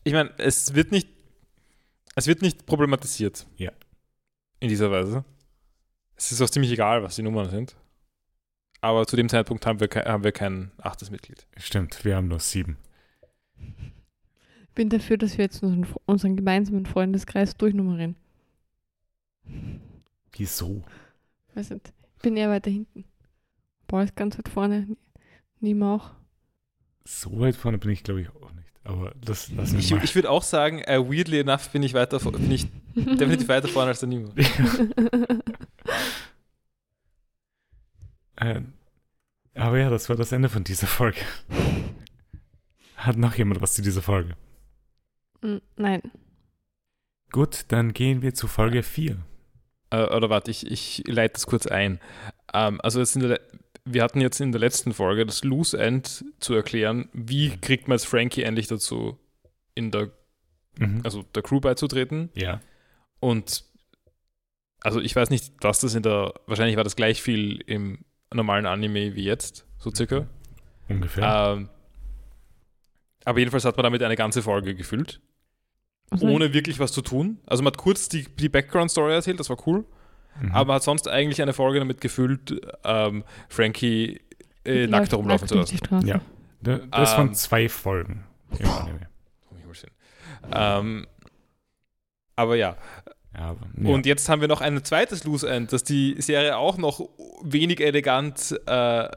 Speaker 3: Ich meine, es wird nicht, es wird nicht problematisiert.
Speaker 1: Ja.
Speaker 3: In dieser Weise. Es ist auch ziemlich egal, was die Nummern sind. Aber zu dem Zeitpunkt haben wir, kei- haben wir kein achtes Mitglied.
Speaker 1: Stimmt, wir haben nur sieben.
Speaker 2: Ich bin dafür, dass wir jetzt unseren, unseren gemeinsamen Freundeskreis durchnummerieren.
Speaker 1: Wieso?
Speaker 2: Weiß nicht. Ich bin eher weiter hinten. Paul ist ganz weit vorne. Nima auch.
Speaker 1: So weit vorne bin ich, glaube ich, auch nicht. Aber das lassen
Speaker 3: Ich,
Speaker 1: wir mal.
Speaker 3: ich würde auch sagen, äh, weirdly enough bin ich weiter, vor- bin ich definitiv weiter vorne als der Nimo.
Speaker 1: Äh, aber ja, das war das Ende von dieser Folge. Hat noch jemand was zu dieser Folge?
Speaker 2: Mm, Nein.
Speaker 1: Gut, dann gehen wir zu Folge 4.
Speaker 3: Äh, oder warte, ich, ich leite das kurz ein. Ähm, also jetzt in der, le- wir hatten jetzt in der letzten Folge das Loose End zu erklären, wie kriegt man jetzt Frankie endlich dazu, in der,
Speaker 1: Mhm.
Speaker 3: also der Crew beizutreten.
Speaker 1: ja.
Speaker 3: Und also ich weiß nicht, was das in der, wahrscheinlich war das gleich viel im normalen Anime wie jetzt, so circa.
Speaker 1: Ungefähr.
Speaker 3: Ähm, aber jedenfalls hat man damit eine ganze Folge gefüllt
Speaker 2: Also
Speaker 3: ohne wirklich was zu tun. Also man hat kurz die, die Background-Story erzählt, das war cool,
Speaker 1: Mhm.
Speaker 3: aber hat sonst eigentlich eine Folge damit gefüllt, ähm, Frankie äh,
Speaker 2: läuft
Speaker 3: nackt herumlaufen zu
Speaker 2: durch die
Speaker 3: lassen.
Speaker 2: Straße.
Speaker 1: Ja. Da- das waren
Speaker 3: ähm,
Speaker 1: zwei Folgen im Anime.
Speaker 3: Oh, ich hol's hin. Ähm, aber ja.
Speaker 1: Aber, ja.
Speaker 3: und jetzt haben wir noch ein zweites Loose End, das die Serie auch noch wenig elegant äh,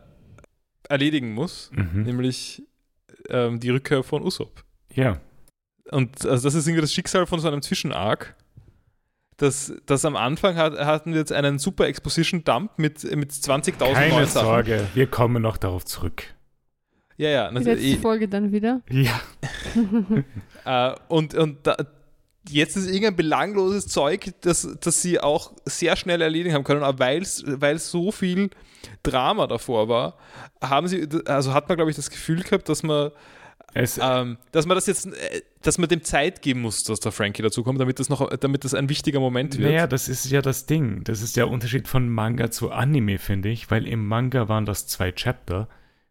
Speaker 3: erledigen muss,
Speaker 1: Mhm.
Speaker 3: nämlich ähm, die Rückkehr von Usopp.
Speaker 1: Ja,
Speaker 3: Und also das ist irgendwie das Schicksal von so einem Zwischenarg. Dass, dass am Anfang hat, hatten wir jetzt einen super Exposition-Dump mit, mit 20.000
Speaker 1: keine
Speaker 3: neuen Sachen.
Speaker 1: Sorge, wir kommen noch darauf zurück.
Speaker 3: Ja, ja,
Speaker 2: Die
Speaker 3: natürlich.
Speaker 2: letzte Folge dann wieder.
Speaker 1: Ja,
Speaker 3: Äh, und und da, jetzt ist irgendein belangloses Zeug, das, das sie auch sehr schnell erledigen haben können, aber weil's- weil so viel Drama davor war, haben sie, also hat man, glaube ich, das Gefühl gehabt, dass man,
Speaker 1: es,
Speaker 3: ähm, dass man das jetzt, äh, dass man dem Zeit geben muss, dass der Frankie dazukommt, damit das noch, damit das ein wichtiger Moment wird.
Speaker 1: Naja, das ist ja das Ding. Das ist der Unterschied von Manga zu Anime, finde ich, weil im Manga waren das zwei Chapter,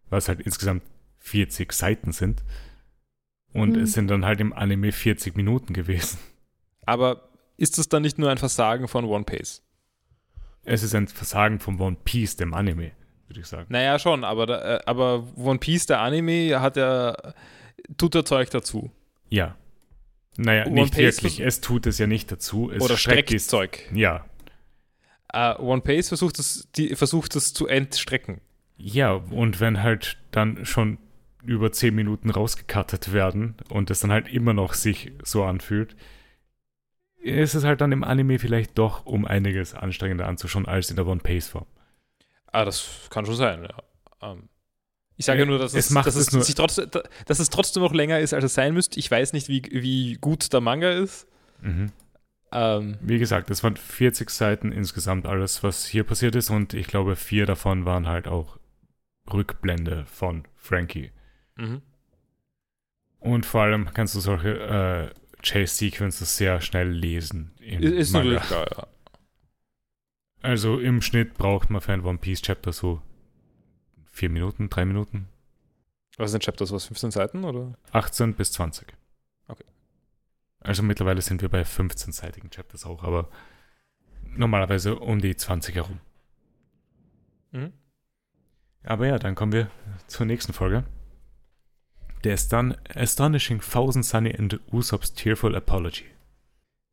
Speaker 1: was halt insgesamt 40 Seiten sind. Und
Speaker 2: Hm.
Speaker 1: es sind dann halt im Anime 40 Minuten gewesen.
Speaker 3: Aber ist das dann nicht nur ein Versagen von One Piece?
Speaker 1: Es ist ein Versagen von One Piece, dem Anime, würde ich sagen.
Speaker 3: Naja, schon, aber, da, äh, aber One Piece, der Anime, hat ja, tut ja Zeug dazu.
Speaker 1: Ja. Naja,
Speaker 3: One
Speaker 1: nicht
Speaker 3: Piece
Speaker 1: wirklich.
Speaker 3: vers-
Speaker 1: Es tut es ja nicht dazu. Es
Speaker 3: Oder streckt
Speaker 1: es.
Speaker 3: Zeug.
Speaker 1: Ja.
Speaker 3: Äh, One Piece versucht das, die, versucht das zu entstrecken.
Speaker 1: Ja, und wenn halt dann schon über 10 Minuten rausgekattet werden und es dann halt immer noch sich so anfühlt, ist es halt dann im Anime vielleicht doch um einiges anstrengender anzuschauen als in der One-Piece-Form.
Speaker 3: Ah, das kann schon sein, ja. Ähm, ich sage
Speaker 1: Äh,
Speaker 3: nur, dass
Speaker 1: es
Speaker 3: es,
Speaker 1: macht
Speaker 3: dass
Speaker 1: es nur-
Speaker 3: sich trotzdem, dass es trotzdem noch länger ist, als es sein müsste. Ich weiß nicht, wie, wie gut der Manga ist.
Speaker 1: Mhm.
Speaker 3: Ähm,
Speaker 1: Wie gesagt, es waren 40 Seiten insgesamt alles, was hier passiert ist und ich glaube, vier davon waren halt auch Rückblende von Frankie.
Speaker 3: mhm.
Speaker 1: Und vor allem kannst du solche äh, Chase-Sequences sehr schnell lesen. im
Speaker 3: Ist, ist
Speaker 1: Manga.
Speaker 3: natürlich klar, ja.
Speaker 1: Also im Schnitt braucht man für ein One Piece Chapter so vier Minuten, drei Minuten,
Speaker 3: Was sind Chapters? Was, 15 Seiten? Oder?
Speaker 1: 18 bis 20.
Speaker 3: Okay.
Speaker 1: Also mittlerweile sind wir bei 15-seitigen Chapters auch, aber normalerweise um die 20 herum.
Speaker 3: Mhm.
Speaker 1: Aber ja, dann kommen wir zur nächsten Folge. Der Aston Astonishing Thousand Sunny and Usopp's Tearful Apology.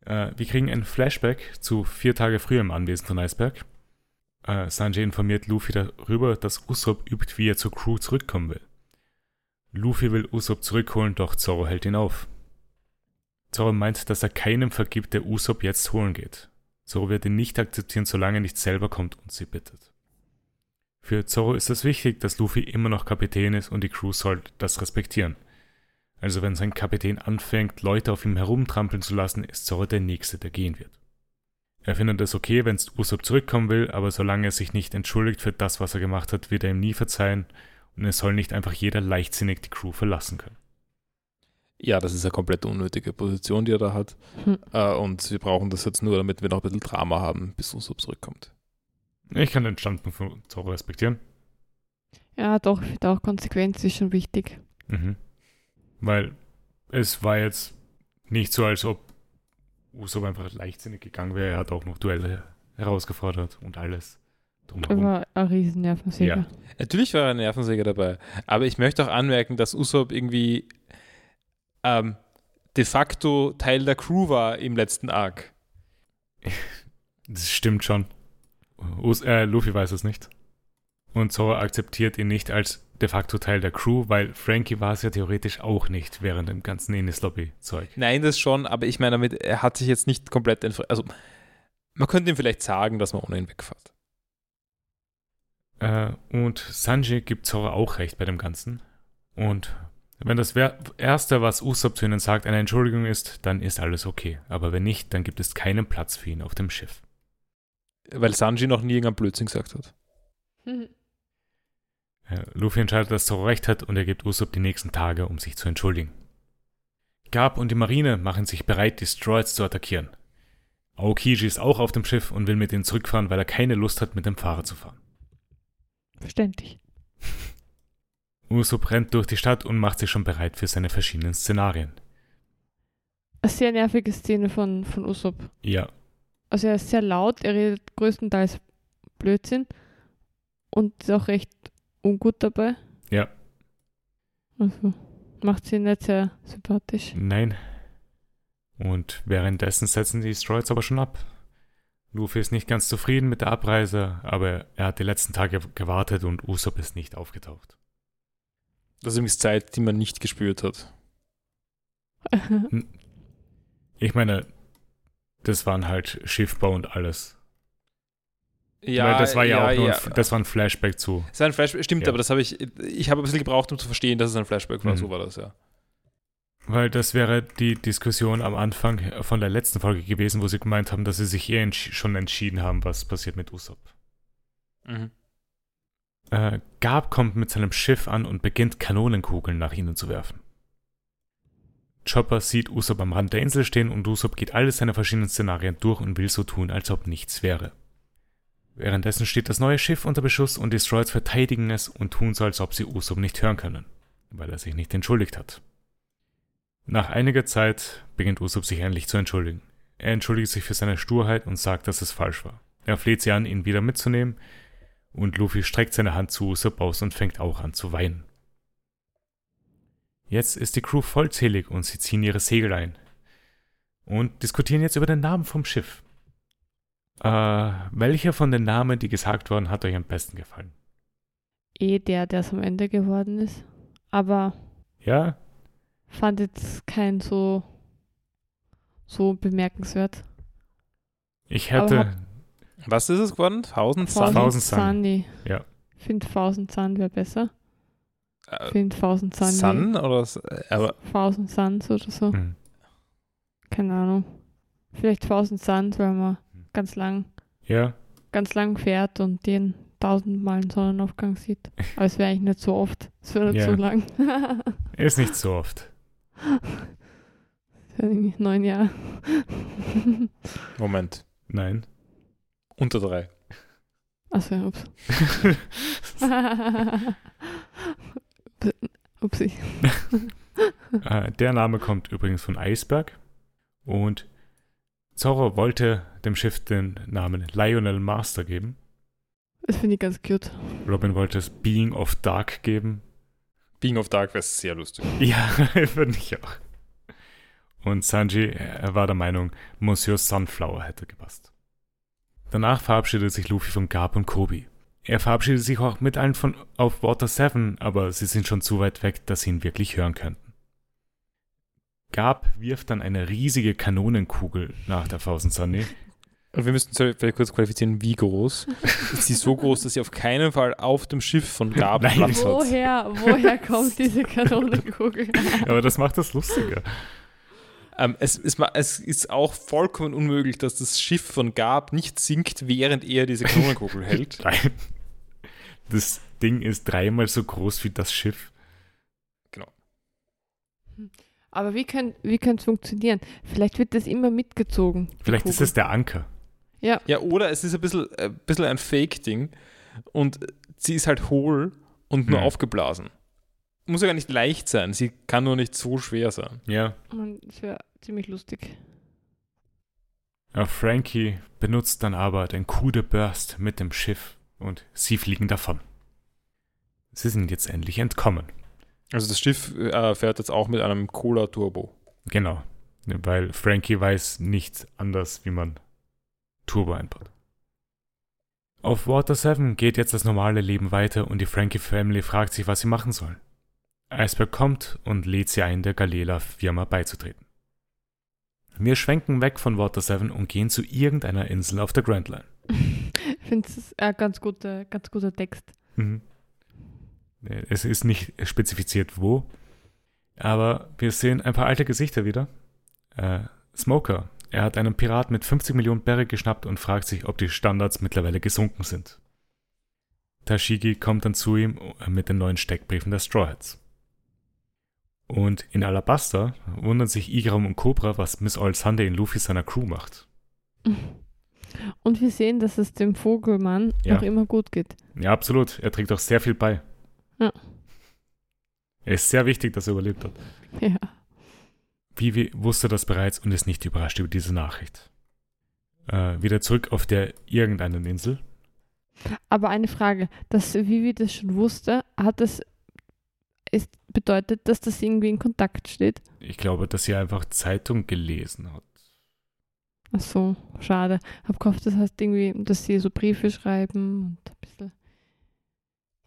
Speaker 1: Äh, wir kriegen ein Flashback zu vier Tage früher im Anwesen von Eisberg. Äh, Sanji informiert Luffy darüber, dass Usopp übt, wie er zur Crew zurückkommen will. Luffy will Usopp zurückholen, doch Zorro hält ihn auf. Zorro meint, dass er keinem vergibt, der Usopp jetzt holen geht. Zorro wird ihn nicht akzeptieren, solange er nicht selber kommt und sie bittet. Für Zorro ist es wichtig, dass Luffy immer noch Kapitän ist und die Crew soll das respektieren. Also wenn sein Kapitän anfängt, Leute auf ihm herumtrampeln zu lassen, ist Zorro der Nächste, der gehen wird. Er findet es okay, wenn Usopp zurückkommen will, aber solange er sich nicht entschuldigt für das, was er gemacht hat, wird er ihm nie verzeihen und es soll nicht einfach jeder leichtsinnig die Crew verlassen können.
Speaker 3: Ja, das ist eine komplett unnötige Position, die er da hat.
Speaker 2: Hm.
Speaker 3: Äh, und wir brauchen das jetzt nur, damit wir noch ein bisschen Drama haben, bis Usopp zurückkommt.
Speaker 1: Ich kann den Standpunkt von Zorro respektieren.
Speaker 2: Ja, doch, ich finde auch Konsequenz ist schon wichtig.
Speaker 1: Mhm. Weil es war jetzt nicht so, als ob Usopp einfach leichtsinnig gegangen wäre. Er hat auch noch Duelle herausgefordert und alles drumherum.
Speaker 2: Aber ein Riesennervensäger.
Speaker 1: Ja.
Speaker 3: Natürlich war ein Nervensäger dabei, aber ich möchte auch anmerken, dass Usopp irgendwie ähm, de facto Teil der Crew war im letzten Arc.
Speaker 1: das stimmt schon. Us äh, Luffy weiß es nicht. Und Zoro akzeptiert ihn nicht als de facto Teil der Crew, weil Frankie war es ja theoretisch auch nicht während dem ganzen Innis-Lobby-Zeug.
Speaker 3: Nein, das schon, aber ich meine damit, er hat sich jetzt nicht komplett entfre- Also, man könnte ihm vielleicht sagen, dass man ohne ihn wegfährt.
Speaker 1: Äh, und Sanji gibt Zoro auch recht bei dem Ganzen. Und wenn das Wer- Erste, was Usopp zu ihnen sagt, eine Entschuldigung ist, dann ist alles okay. Aber wenn nicht, dann gibt es keinen Platz für ihn auf dem Schiff.
Speaker 3: Weil Sanji noch nie irgendeinen Blödsinn gesagt hat.
Speaker 2: Hm.
Speaker 1: Äh, Luffy entscheidet, dass Zoro recht hat und er gibt Usopp die nächsten Tage, um sich zu entschuldigen. Garp und die Marine machen sich bereit, die Stroids zu attackieren. Aokiji ist auch auf dem Schiff und will mit ihnen zurückfahren, weil er keine Lust hat, mit dem Fahrer zu fahren.
Speaker 2: Verständlich.
Speaker 1: Usopp rennt durch die Stadt und macht sich schon bereit für seine verschiedenen Szenarien.
Speaker 2: Eine sehr nervige Szene von, von Usopp.
Speaker 1: Ja,
Speaker 2: Also er ist sehr laut, er redet größtenteils Blödsinn und ist auch recht ungut dabei.
Speaker 1: Ja.
Speaker 2: Also macht sie nicht sehr sympathisch.
Speaker 1: Nein. Und währenddessen setzen die Stroids aber schon ab. Luffy ist nicht ganz zufrieden mit der Abreise, aber er hat die letzten Tage gewartet und Usopp ist nicht aufgetaucht.
Speaker 3: Das ist übrigens Zeit, die man nicht gespürt hat.
Speaker 1: Ich meine, das waren halt Schiffbau und alles.
Speaker 3: Ja,
Speaker 1: Weil das war ja, auch nur
Speaker 3: ja.
Speaker 1: Ein, das war ein Flashback zu.
Speaker 3: Es war ein Flashback, stimmt,
Speaker 1: Ja.
Speaker 3: aber das habe ich, ich habe ein bisschen gebraucht, um zu verstehen, dass es ein Flashback war.
Speaker 1: Mhm.
Speaker 3: So war das, ja.
Speaker 1: Weil das wäre die Diskussion am Anfang von der letzten Folge gewesen, wo sie gemeint haben, dass sie sich eh entsch schon entschieden haben, was passiert mit Usopp. Mhm. Äh, Gab kommt mit seinem Schiff an und beginnt Kanonenkugeln nach ihnen zu werfen. Chopper sieht Usopp am Rand der Insel stehen und Usopp geht alle seine verschiedenen Szenarien durch und will so tun, als ob nichts wäre. Währenddessen steht das neue Schiff unter Beschuss und die Stroids verteidigen es und tun so, als ob sie Usopp nicht hören können, weil er sich nicht entschuldigt hat. Nach einiger Zeit beginnt Usopp sich endlich zu entschuldigen. Er entschuldigt sich für seine Sturheit und sagt, dass es falsch war. Er fleht sie an, ihn wieder mitzunehmen, und Luffy streckt seine Hand zu Usopp aus und fängt auch an zu weinen. Jetzt ist die Crew vollzählig und sie ziehen ihre Segel ein und diskutieren jetzt über den Namen vom Schiff. Äh, welcher von den Namen, die gesagt wurden, hat euch am besten gefallen?
Speaker 2: Eh der, der es am Ende geworden ist. Aber
Speaker 1: Ja,
Speaker 2: fand jetzt keinen so, so bemerkenswert.
Speaker 1: ich
Speaker 2: Aber
Speaker 1: hätte.
Speaker 3: Was ist es geworden? 1000 Sun?
Speaker 1: Thousand Sun.
Speaker 2: Sunny.
Speaker 1: Ja.
Speaker 2: Find 1000 Sun wäre besser.
Speaker 3: Äh,
Speaker 2: Find 1000 Sun.
Speaker 3: Sun oder? s- äh, Aber
Speaker 2: 1000 Suns oder so.
Speaker 1: Hm.
Speaker 2: Keine Ahnung. Vielleicht 1000 Suns, weil man ganz lang,
Speaker 1: Ja,
Speaker 2: ganz lang fährt und den tausendmal einen Sonnenaufgang sieht. Aber es wäre eigentlich nicht so oft. Es wäre nicht
Speaker 1: Ja.
Speaker 2: so lang.
Speaker 1: ist nicht so oft.
Speaker 2: Das wären irgendwie neun Jahre.
Speaker 3: Moment.
Speaker 1: Nein.
Speaker 3: Unter drei.
Speaker 2: Achso, ups. Upsi.
Speaker 1: Äh, der Name kommt übrigens von Eisberg. Und Zorro wollte dem Schiff den Namen Lionel Master geben.
Speaker 2: Das finde ich ganz cute.
Speaker 1: Robin wollte es Being of Dark geben.
Speaker 3: Being of Dark wäre sehr lustig.
Speaker 1: Ja, finde ich auch. Und Sanji äh, war der Meinung, Monsieur Sunflower hätte gepasst. Danach verabschiedet sich Luffy von Garp und Kobi. Er verabschiedet sich auch mit allen von auf Water 7, aber sie sind schon zu weit weg, dass sie ihn wirklich hören könnten. Garp wirft dann eine riesige Kanonenkugel nach der Fausen Sunny.
Speaker 3: Und wir müssten sorry, vielleicht kurz qualifizieren, wie groß. ist sie so groß, dass sie auf keinen Fall auf dem Schiff von Gab
Speaker 1: Nein.
Speaker 3: Platz hat?
Speaker 2: Woher, woher kommt diese Kanonenkugel?
Speaker 1: Aber das macht das lustiger.
Speaker 3: Ähm, es, es, ma- es ist auch vollkommen unmöglich, dass das Schiff von Gab nicht sinkt, während er diese Kanonenkugel hält.
Speaker 1: Nein. Das Ding ist dreimal so groß wie das Schiff.
Speaker 2: Aber wie kann wie es funktionieren? Vielleicht wird das immer mitgezogen. die
Speaker 1: Vielleicht ist
Speaker 2: Kugel.
Speaker 1: es der Anker.
Speaker 3: Ja, oder es ist ein bisschen, ein bisschen ein Fake-Ding und sie ist halt hohl und nur
Speaker 1: Hm.
Speaker 3: aufgeblasen. Muss ja gar nicht leicht sein, sie kann nur nicht so schwer sein.
Speaker 1: Ja.
Speaker 2: Und Das wäre ziemlich lustig.
Speaker 1: Ja, Frankie benutzt dann aber den Coup de Burst mit dem Schiff und sie fliegen davon. Sie sind jetzt endlich entkommen.
Speaker 3: Also das Schiff äh, fährt jetzt auch mit einem Cola-Turbo.
Speaker 1: Genau, weil Frankie weiß nicht anders, wie man Turbo einbaut. Auf Water 7 geht jetzt das normale Leben weiter und die Frankie Family fragt sich, was sie machen sollen. Iceberg kommt und lädt sie ein, der Galela-Firma beizutreten. Wir schwenken weg von Water 7 und gehen zu irgendeiner Insel auf der Grand Line.
Speaker 2: Ich finde es ein ganz, guter, ganz guter Text.
Speaker 1: Mhm. Es ist nicht spezifiziert wo, aber wir sehen ein paar alte Gesichter wieder. Äh, Smoker, er hat einen Pirat mit 50 Millionen Berry geschnappt und fragt sich, ob die Standards mittlerweile gesunken sind. Tashigi kommt dann zu ihm äh, mit den neuen Steckbriefen der Straw Hats. Und in Alabasta wundern sich Igram und Cobra, was Miss Old Sunday in Luffy seiner Crew macht.
Speaker 2: Und wir sehen, dass es dem Vogelmann
Speaker 1: Ja.
Speaker 2: noch immer gut geht.
Speaker 1: Ja, absolut, er trägt auch sehr viel bei.
Speaker 2: Ja.
Speaker 1: Er ist sehr wichtig, dass er überlebt hat.
Speaker 2: Ja.
Speaker 1: Vivi wusste das bereits und ist nicht überrascht über diese Nachricht. Äh, wieder zurück auf der irgendeinen Insel.
Speaker 2: Aber eine Frage, dass Vivi das schon wusste, hat das ist, bedeutet, dass das irgendwie in Kontakt steht?
Speaker 1: Ich glaube, dass sie einfach Zeitung gelesen hat.
Speaker 2: Ach so, schade. Hab gehofft, das heißt irgendwie, dass sie so Briefe schreiben und ein bisschen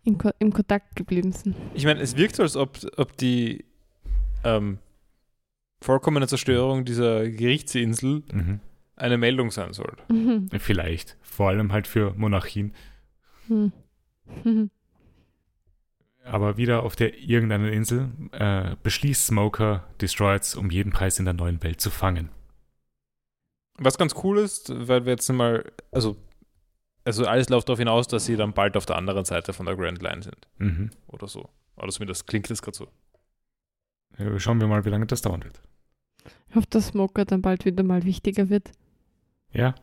Speaker 2: in, Ko im Kontakt geblieben sind.
Speaker 3: Ich meine, es wirkt so, als ob, ob die ähm, vollkommene Zerstörung dieser Gerichtsinsel
Speaker 1: Mhm.
Speaker 3: eine Meldung sein soll.
Speaker 2: Mhm.
Speaker 1: Vielleicht. Vor allem halt für Monarchien.
Speaker 2: Mhm. Mhm.
Speaker 1: Aber wieder auf der irgendeiner Insel äh, beschließt Smoker, Destroyers um jeden Preis in der neuen Welt zu fangen.
Speaker 3: Was ganz cool ist, weil wir jetzt mal, also, also alles läuft darauf hinaus, dass sie dann bald auf der anderen Seite von der Grand Line sind
Speaker 1: Mhm.
Speaker 3: oder so. Oder zumindest klingt das gerade so.
Speaker 1: Äh, Schauen wir mal, wie lange das dauern wird.
Speaker 2: Ich hoffe, dass Smoker dann bald wieder mal wichtiger wird,
Speaker 1: Ja,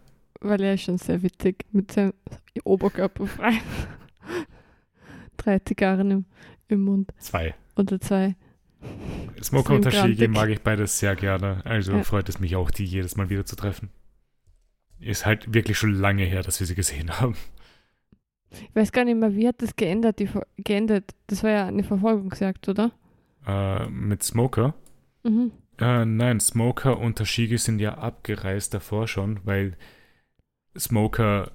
Speaker 2: weil er ist schon sehr witzig mit seinem Oberkörper frei. Drei Zigarren im, im Mund
Speaker 1: zwei.
Speaker 2: oder zwei.
Speaker 1: Smoker und
Speaker 2: Sind
Speaker 1: Tashigi
Speaker 2: grantig.
Speaker 1: mag ich beides sehr gerne. Also
Speaker 2: Ja.
Speaker 1: freut es mich auch, die jedes Mal wieder zu treffen. Ist halt wirklich schon lange her, dass wir sie gesehen haben.
Speaker 2: Ich weiß gar nicht mehr, wie hat das geändert, die, Ver- geändert? Das war ja eine Verfolgungsjagd, oder?
Speaker 1: Äh, mit Smoker.
Speaker 2: Mhm.
Speaker 1: Äh, nein, Smoker und Tashigi sind ja abgereist davor schon, weil Smoker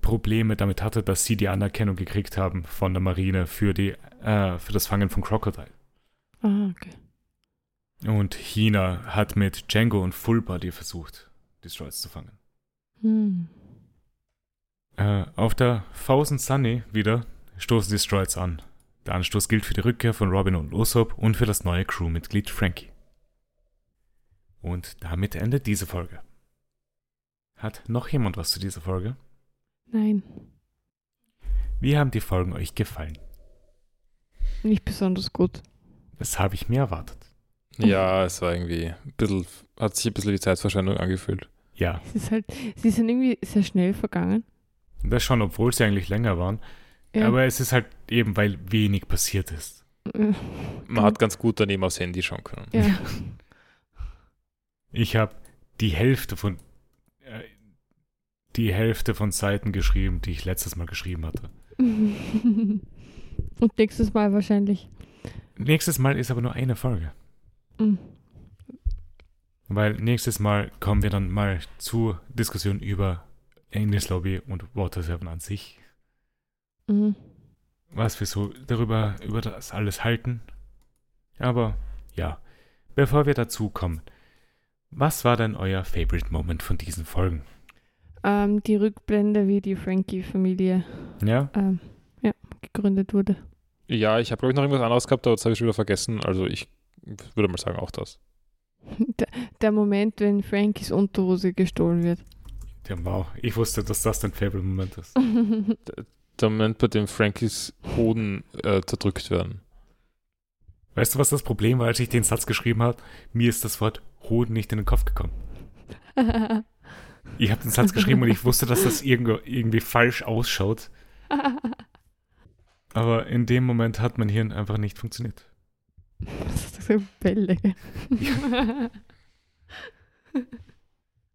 Speaker 1: Probleme damit hatte, dass sie die Anerkennung gekriegt haben von der Marine für, die, äh, für das Fangen von Crocodile.
Speaker 2: Aha, Ah, okay.
Speaker 1: Und Hina hat mit Django und Fullbody versucht, Destroyers zu fangen.
Speaker 2: Hm.
Speaker 1: Äh, auf der Thousand Sunny wieder stoßen die Stroids an. Der Anstoß gilt für die Rückkehr von Robin und Usopp und für das neue Crewmitglied Frankie. Und damit endet diese Folge. Hat noch jemand was zu dieser Folge?
Speaker 2: Nein,
Speaker 1: Wie haben die Folgen euch gefallen?
Speaker 2: nicht besonders gut.
Speaker 1: Das habe ich mir erwartet.
Speaker 3: Mhm. Ja, es war irgendwie ein bisschen, hat sich ein bisschen wie Zeitverschwendung angefühlt.
Speaker 1: Ja,
Speaker 2: Es ist halt, sie sind irgendwie sehr schnell vergangen.
Speaker 1: das schon, obwohl sie eigentlich länger waren.
Speaker 2: Ja.
Speaker 1: Aber es ist halt eben, weil wenig passiert ist.
Speaker 2: Äh,
Speaker 3: Man hat ganz gut daneben aufs Handy schauen können.
Speaker 2: ja.
Speaker 1: Ich habe die Hälfte von äh, die Hälfte von Seiten geschrieben, die ich letztes Mal geschrieben hatte.
Speaker 2: Und nächstes Mal wahrscheinlich.
Speaker 1: Nächstes Mal ist aber nur eine Folge.
Speaker 2: Hm.
Speaker 1: Weil nächstes Mal kommen wir dann mal zur Diskussion über English Lobby und Water 7 an sich.
Speaker 2: Mhm.
Speaker 1: Was wir so darüber, über das alles halten. Aber ja, bevor wir dazu kommen, was war denn euer Favorite Moment von diesen Folgen?
Speaker 2: Ähm, die Rückblende, wie die Frankie-Familie
Speaker 1: Ja,
Speaker 2: ähm, ja, gegründet wurde.
Speaker 3: Ja, ich habe, glaube ich, noch irgendwas anderes gehabt, aber das habe ich schon wieder vergessen. Also ich würde mal sagen, auch das.
Speaker 2: Der, der Moment, wenn Frankies Unterhose gestohlen wird.
Speaker 1: der wow, ich wusste, dass das dein Favorite Moment ist.
Speaker 3: Der Moment, bei dem Frankies Hoden äh, zerdrückt werden.
Speaker 1: Weißt du, was das Problem war, als ich den Satz geschrieben habe? Mir ist das Wort Hoden nicht in den Kopf gekommen. Ich habe den Satz geschrieben und ich wusste, dass das irgendwo, irgendwie falsch ausschaut. Aber in dem Moment hat mein Hirn einfach nicht funktioniert.
Speaker 2: Was ist das für Bälle?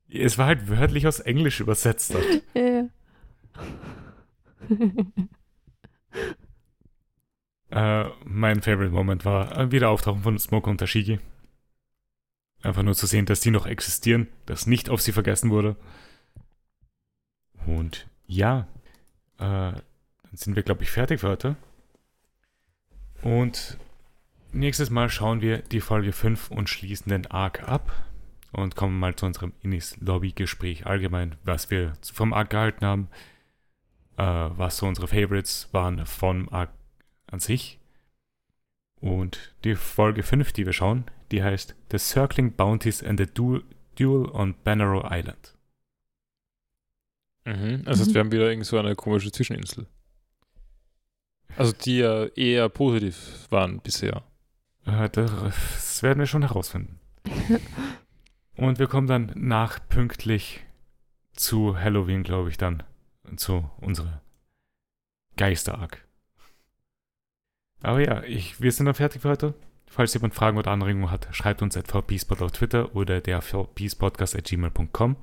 Speaker 1: Es war halt wörtlich aus Englisch übersetzt.
Speaker 2: ja.
Speaker 1: äh, mein Favorite Moment war äh, wieder Auftauchen von Smoke und Tashigi. Einfach nur zu sehen, dass die noch existieren, dass nicht auf sie vergessen wurde. Und ja, äh, dann sind wir, glaube ich, fertig für heute. Und nächstes Mal schauen wir die Folge 5 und schließen den Arc ab und kommen mal zu unserem Innis-Lobby-Gespräch allgemein, was wir vom Arc gehalten haben, äh, was so unsere Favorites waren vom Arc an sich. Und die Folge 5, die wir schauen, die heißt The Circling Bounties and the Duel, Duel on Banaro Island.
Speaker 3: Mhm. Das heißt,
Speaker 2: Mhm.
Speaker 3: wir haben wieder irgend so eine komische Zwischeninsel. Also die ja eher positiv waren bisher.
Speaker 1: Äh, Das werden wir schon herausfinden. Und wir kommen dann nach pünktlich zu Halloween, glaube ich, dann zu unserer Geisterark. Aber ja, ich, wir sind dann fertig für heute. Falls jemand Fragen oder Anregungen hat, schreibt uns at vpspot auf Twitter oder der vpspodcast at gmail.com.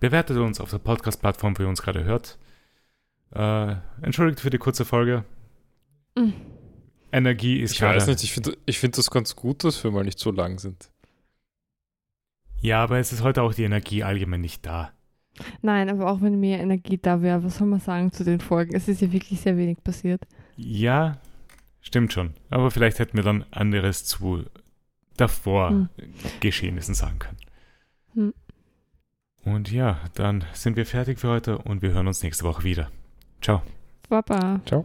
Speaker 1: Bewertet uns auf der Podcast-Plattform, wo ihr uns gerade hört. Äh, entschuldigt für die kurze Folge.
Speaker 2: Mhm.
Speaker 1: Energie ist
Speaker 3: Ich
Speaker 1: gerade...
Speaker 3: weiß nicht, ich finde ich find das ganz gut, dass wir mal nicht so lang sind.
Speaker 1: Ja, aber es ist heute auch die Energie allgemein nicht da.
Speaker 2: Nein, aber auch wenn mehr Energie da wäre, was soll man sagen zu den Folgen? Es ist ja wirklich sehr wenig passiert.
Speaker 1: Ja, stimmt schon. Aber vielleicht hätten wir dann anderes zu davor
Speaker 2: Hm.
Speaker 1: Geschehnissen sagen können.
Speaker 2: Hm.
Speaker 1: Und ja, dann sind wir fertig für heute und wir hören uns nächste Woche wieder. Ciao.
Speaker 2: Baba.
Speaker 4: Ciao.